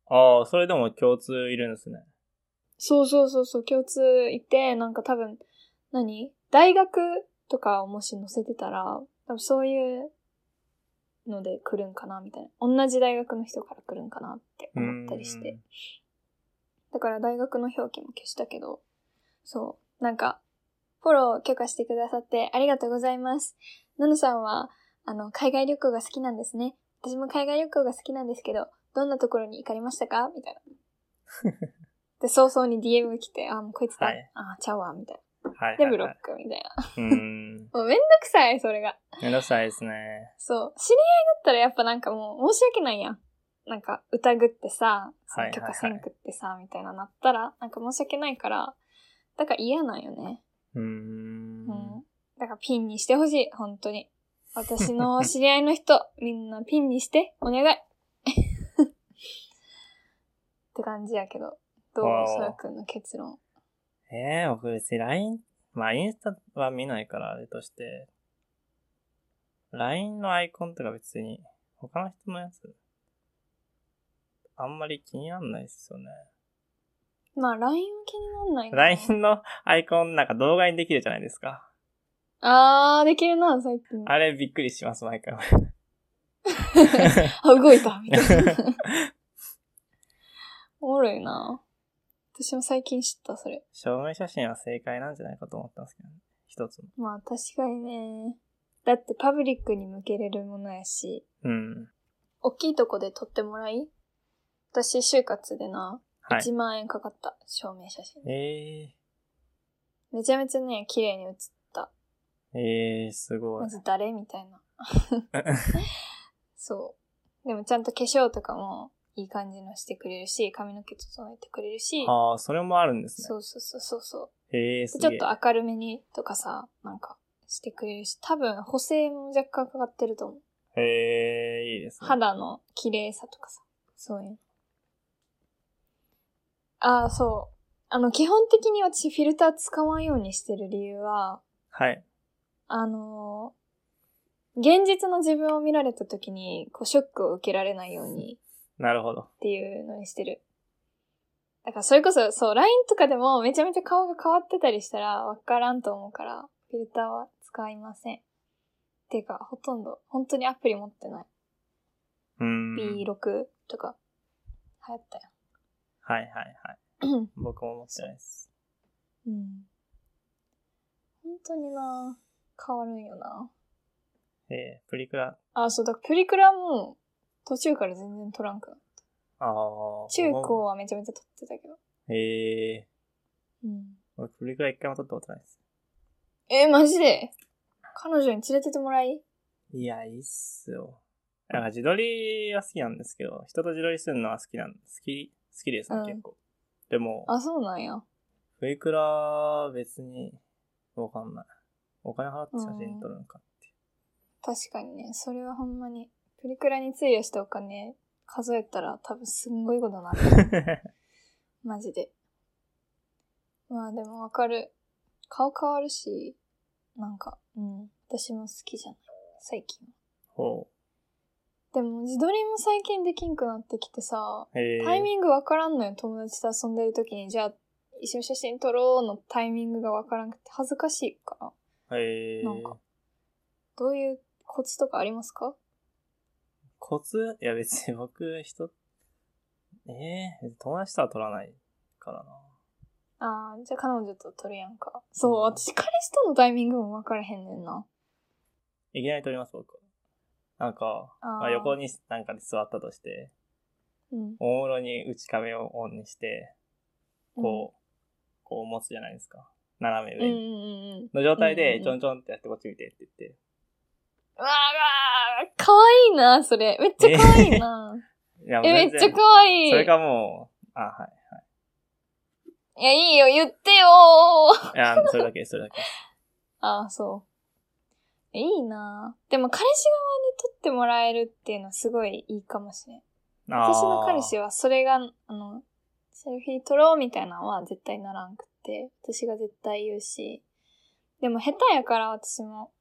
[SPEAKER 1] ああ、それでも共通いるんですね。
[SPEAKER 2] そうそうそうそう、共通いて、なんか多分、何大学とかをもし載せてたら、多分そういうので来るんかな、みたいな。同じ大学の人から来るんかなって思ったりし
[SPEAKER 1] うー
[SPEAKER 2] て
[SPEAKER 1] ん。
[SPEAKER 2] だから大学の表記も消したけど、そう、なんか、フォロー許可してくださってありがとうございます。ののさんは、あの、海外旅行が好きなんですね。私も海外旅行が好きなんですけど、どんなところに行かれましたかみたいな。 で、早々に DM が来て、あ、もうこいつだ。
[SPEAKER 1] はい
[SPEAKER 2] あ、ちゃうわ、みたい
[SPEAKER 1] はいはい、はい。
[SPEAKER 2] な。で、ブロック、みたいな。
[SPEAKER 1] うーん。
[SPEAKER 2] もうめんどくさい、それが。
[SPEAKER 1] めんどくさいですね。
[SPEAKER 2] そう。知り合いだったらやっぱなんかもう申し訳ないやん。なんか疑ってさ、そ
[SPEAKER 1] は
[SPEAKER 2] の
[SPEAKER 1] い
[SPEAKER 2] 許
[SPEAKER 1] はいはい
[SPEAKER 2] 可せんくってさ、みたいななったら、なんか申し訳ないから、だから嫌なんよね。
[SPEAKER 1] うー。
[SPEAKER 2] うんん。だからピンにしてほしい、本当に。私 の知り合いの人、みんなピンにして、お願い。って感じやけど。どう
[SPEAKER 1] あー
[SPEAKER 2] そらくんの結論。
[SPEAKER 1] ええー、僕別に LINE、まあインスタは見ないからあれとして、LINE のアイコンとか別に、他の人のやつ、あんまり気になんないですよね。
[SPEAKER 2] まあ、LINE は気になんないな。
[SPEAKER 1] LINE のアイコンなんか動画にできるじゃないですか。
[SPEAKER 2] あー、できるな、最近。
[SPEAKER 1] あれびっくりします、毎 回。
[SPEAKER 2] あ、動 いたみたいな。おもろいな。私も最近知った、それ。
[SPEAKER 1] 証明写真は正解なんじゃないかと思ったんですけどね。一つの。
[SPEAKER 2] まあ、確かにね。だってパブリックに向けれるものやし、
[SPEAKER 1] うん。
[SPEAKER 2] 大きいとこで撮ってもらい私、就活でな、
[SPEAKER 1] はい。
[SPEAKER 2] 1万円かかった、証明写真。
[SPEAKER 1] え
[SPEAKER 2] めちゃめちゃね、綺麗に写った。
[SPEAKER 1] ー、えー、すごい
[SPEAKER 2] ま。ず誰みたいな。 そう。でもちゃんと化粧とかもいい感じのしてくれるし、髪の毛整えてくれるし、
[SPEAKER 1] ああ、それもあるんです
[SPEAKER 2] そうそうそうそうそう。
[SPEAKER 1] ね。えー、す
[SPEAKER 2] でち
[SPEAKER 1] げ
[SPEAKER 2] ょっ
[SPEAKER 1] え。
[SPEAKER 2] と明るめにとかさ、なんかしてくれるし、多分補正も若干かかってると思う。
[SPEAKER 1] えー、いいですね。
[SPEAKER 2] 肌の綺麗さとかさ、そういうの。ああ、そう。あの、基本的に私フィルター使わんようにしてる理由は、
[SPEAKER 1] はい。
[SPEAKER 2] あのー現実の自分を見られた時に、こう、ショックを受けられないように
[SPEAKER 1] なるほど。
[SPEAKER 2] っていうのにしてる。だからそれこそ、そう、LINE とかでもめちゃめちゃ顔が変わってたりしたらわからんと思うから、フィルターは使いません。ていうか、ほとんど、本当にアプリ持ってない。
[SPEAKER 1] うーん。
[SPEAKER 2] B6 とか、流 行った
[SPEAKER 1] はいはいはい。
[SPEAKER 2] やん。
[SPEAKER 1] 僕も持ってないです。
[SPEAKER 2] うん。本当にな変わるんよな
[SPEAKER 1] えー、プリクラ、
[SPEAKER 2] あ、そうだ、プリクラも途中から全然撮らんくなった
[SPEAKER 1] ああ。
[SPEAKER 2] 中高はめちゃめちゃ撮ってたけど。
[SPEAKER 1] え
[SPEAKER 2] うん。
[SPEAKER 1] ー、僕プリクラ一回も撮ったことないです。
[SPEAKER 2] えー、マジで彼女に連れてってもらい
[SPEAKER 1] いや、いいっすよ。なんか自撮りは好きなんですけど、人と自撮りするのは好きなん好き、好きですね、
[SPEAKER 2] うん
[SPEAKER 1] 結構。ででも、
[SPEAKER 2] あ、そうなんや。
[SPEAKER 1] フイクラ別に、わかんない。お金払って写真撮るのかっていう。
[SPEAKER 2] 確かにね、それはほんまに、プリクラに費やしたお金数えたら多分すんごいことになる。 マジで。まあでもわかる。顔変わるし、なんか、うん、私も好きじゃない。最近。
[SPEAKER 1] ほ
[SPEAKER 2] でも自撮りも最近できんくなってきてさ、
[SPEAKER 1] う。へえ。
[SPEAKER 2] タイミングわからんのよ。友達と遊んでる時に、じゃあ一緒に写真撮ろうのタイミングがわからんくて恥ずかしいから。
[SPEAKER 1] へえ。
[SPEAKER 2] なんかどういうコツとかありますか
[SPEAKER 1] コツいや別に僕、人、ええ友達とは撮らないからな。
[SPEAKER 2] ああ、じゃあ彼女と撮るやんか。そう、
[SPEAKER 1] うん
[SPEAKER 2] 私彼氏とのタイミングも分からへんねんな。
[SPEAKER 1] いきなり撮ります、僕。なんか、
[SPEAKER 2] あ
[SPEAKER 1] まあ、横になんかで座ったとして、
[SPEAKER 2] うん。
[SPEAKER 1] おもむろに内壁をオンにして、こう、こう持つじゃないですか。斜め
[SPEAKER 2] うん。
[SPEAKER 1] 上
[SPEAKER 2] う
[SPEAKER 1] に。
[SPEAKER 2] んうんうんうん。
[SPEAKER 1] の状態
[SPEAKER 2] う
[SPEAKER 1] で、
[SPEAKER 2] ん
[SPEAKER 1] ちょんちょんってやってこっち見てって言って。
[SPEAKER 2] うわあ、かわいいな、それ。めっちゃかわいい な。
[SPEAKER 1] いや、
[SPEAKER 2] え、め
[SPEAKER 1] 全然
[SPEAKER 2] っちゃかわいい。
[SPEAKER 1] それかもう、あ、はい
[SPEAKER 2] や、いいよ、言ってよー。
[SPEAKER 1] い。いや、それだけ、それだけ。
[SPEAKER 2] ああ、そう。えいいな。でも彼氏側に撮ってもらえるっていうのはすごいいいかもしれん。
[SPEAKER 1] あー
[SPEAKER 2] 私の彼氏はそれが、あの、セルフィー撮ろうみたいなのは絶対ならんくって、私が絶対言うし、でも下手やから私も。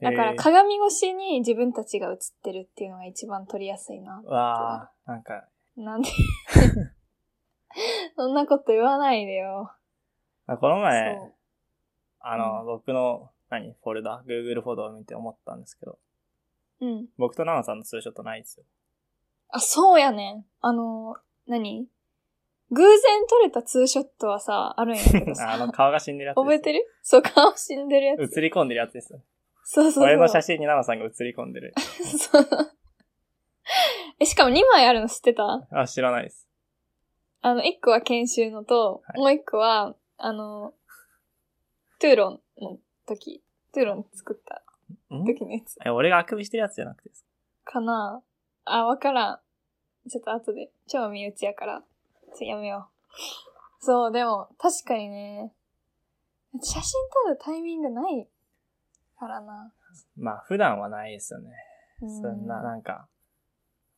[SPEAKER 2] だから
[SPEAKER 1] へー
[SPEAKER 2] 鏡越しに自分たちが映ってるっていうのが一番撮りやすいな。
[SPEAKER 1] わあ、なんか、
[SPEAKER 2] なんでそんなこと言わないでよ。
[SPEAKER 1] あこの前、
[SPEAKER 2] そう
[SPEAKER 1] あの、僕の、何、フォルダ、Google フォルダを見て思ったんですけど、
[SPEAKER 2] うん。
[SPEAKER 1] 僕とナナさんのツーショットないんです よ。
[SPEAKER 2] あ、そうやねん。あの、何偶然撮れたツーショットはさ、あるんやけど
[SPEAKER 1] あの、
[SPEAKER 2] さ。
[SPEAKER 1] 顔が死んでるやつです。
[SPEAKER 2] 覚えてるそう、顔死んでるやつ。
[SPEAKER 1] 映り込んでるやつですよ。
[SPEAKER 2] そうそうそう。
[SPEAKER 1] 俺の写真にナナさんが映り込んでる。
[SPEAKER 2] そう。 え、しかも2枚あるの知ってた
[SPEAKER 1] あ、知らないです。
[SPEAKER 2] あの、1個は研修のと、
[SPEAKER 1] はい
[SPEAKER 2] もう1個は、あの、トゥーロンの時、トゥーロン作った
[SPEAKER 1] ん
[SPEAKER 2] 時のやつ
[SPEAKER 1] え、俺があくびしてるやつじゃなくてです
[SPEAKER 2] かなあ、わからん。ちょっと後で、超身内やから、ちょっとやめよう。そう、でも、確かにね、写真撮るタイミングないからな。
[SPEAKER 1] かまあ、普段はないですよね。
[SPEAKER 2] う
[SPEAKER 1] そんな、なんか、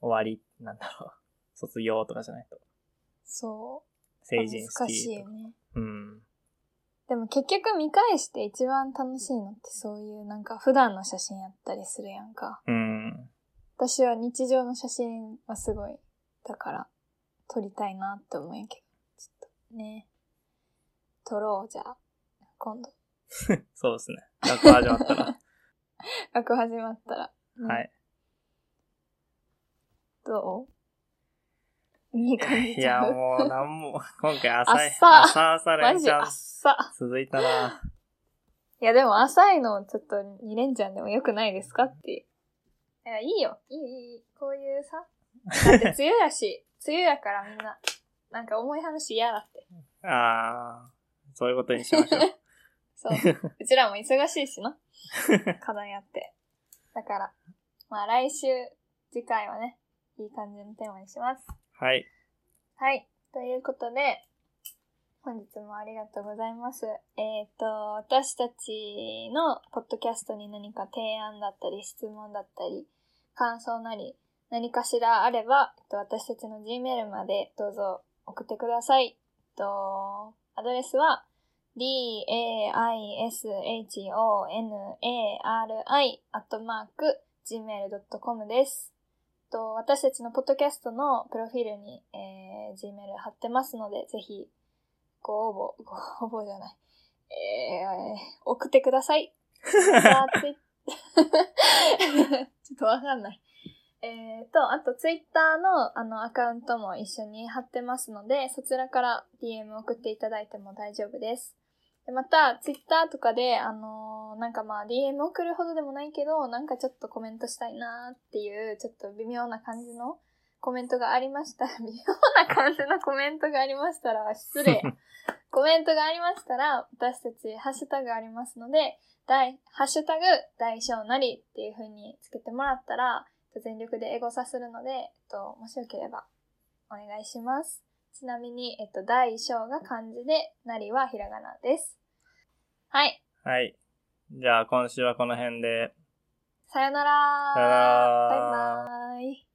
[SPEAKER 1] 終わり、なんだろう。 卒業とかじゃないと。
[SPEAKER 2] そう。
[SPEAKER 1] 成人
[SPEAKER 2] 難しい
[SPEAKER 1] 式
[SPEAKER 2] よ
[SPEAKER 1] とか。
[SPEAKER 2] ね。
[SPEAKER 1] うん。
[SPEAKER 2] でも結局見返して一番楽しいのってそういうなんか普段の写真やったりするやんか。
[SPEAKER 1] うん。
[SPEAKER 2] 私は日常の写真はすごい、だから撮りたいなって思うんやけど。ちょっとね。撮ろうじゃあ。今度。
[SPEAKER 1] そうですね。学校始まった ら。
[SPEAKER 2] 学始まったら。ね
[SPEAKER 1] はい。
[SPEAKER 2] どういい感じ
[SPEAKER 1] い
[SPEAKER 2] ちゃ
[SPEAKER 1] や、
[SPEAKER 2] う
[SPEAKER 1] もう、なんも、今回 浅い、
[SPEAKER 2] 浅
[SPEAKER 1] 浅々
[SPEAKER 2] マ
[SPEAKER 1] 連チ
[SPEAKER 2] ジ
[SPEAKER 1] ャン
[SPEAKER 2] 浅っ。
[SPEAKER 1] 続いたな。
[SPEAKER 2] いやでも浅いのちょっと2連チャンでも良くないですかって。いや、いいよ。いい、いい。こういうさ。だって梅雨やし、 梅雨やからみんな、なんか重い話嫌だって。
[SPEAKER 1] ああ、そういうことにしましょう。
[SPEAKER 2] そう。うちらも忙しいしな。課題あって。だから、まあ来週、次回はね、いい感じのテーマにします。
[SPEAKER 1] はい。
[SPEAKER 2] はい。ということで、本日もありがとうございます。えっ、と、私たちのポッドキャストに何か提案だったり、質問だったり、感想なり、何かしらあれば、えっと私たちの Gmail までどうぞ送ってください。えっと、アドレスは、daishonari.gmail.com です。えっと私たちのポッドキャストのプロフィールに、えー、Gmail 貼ってますので、ぜひご応募、ご応募じゃない。えー、送ってください。またツイ ちょっとわかんない。えー、と、あとツイッターのあのアカウントも一緒に貼ってますので、そちらから DM 送っていただいても大丈夫です。でまた、ツイッターとかで、あのーなんかまあ DM 送るほどでもないけど、なんかちょっとコメントしたいなーっていう、ちょっと微妙な感じのコメントがありました。 微妙な感じのコメントがありましたら、失礼。コメントがありましたら、私たちハッシュタグありますので、大ハッシュタグ、大小なりっていう風につけてもらったら、全力でエゴサするので、えっと、もしよければお願いします。ちなみに、えっと、第1章が漢字で、なりはひらがなです。はい。
[SPEAKER 1] はい。じゃあ今週はこの辺で。
[SPEAKER 2] さよなら
[SPEAKER 1] さよなら
[SPEAKER 2] バイバイ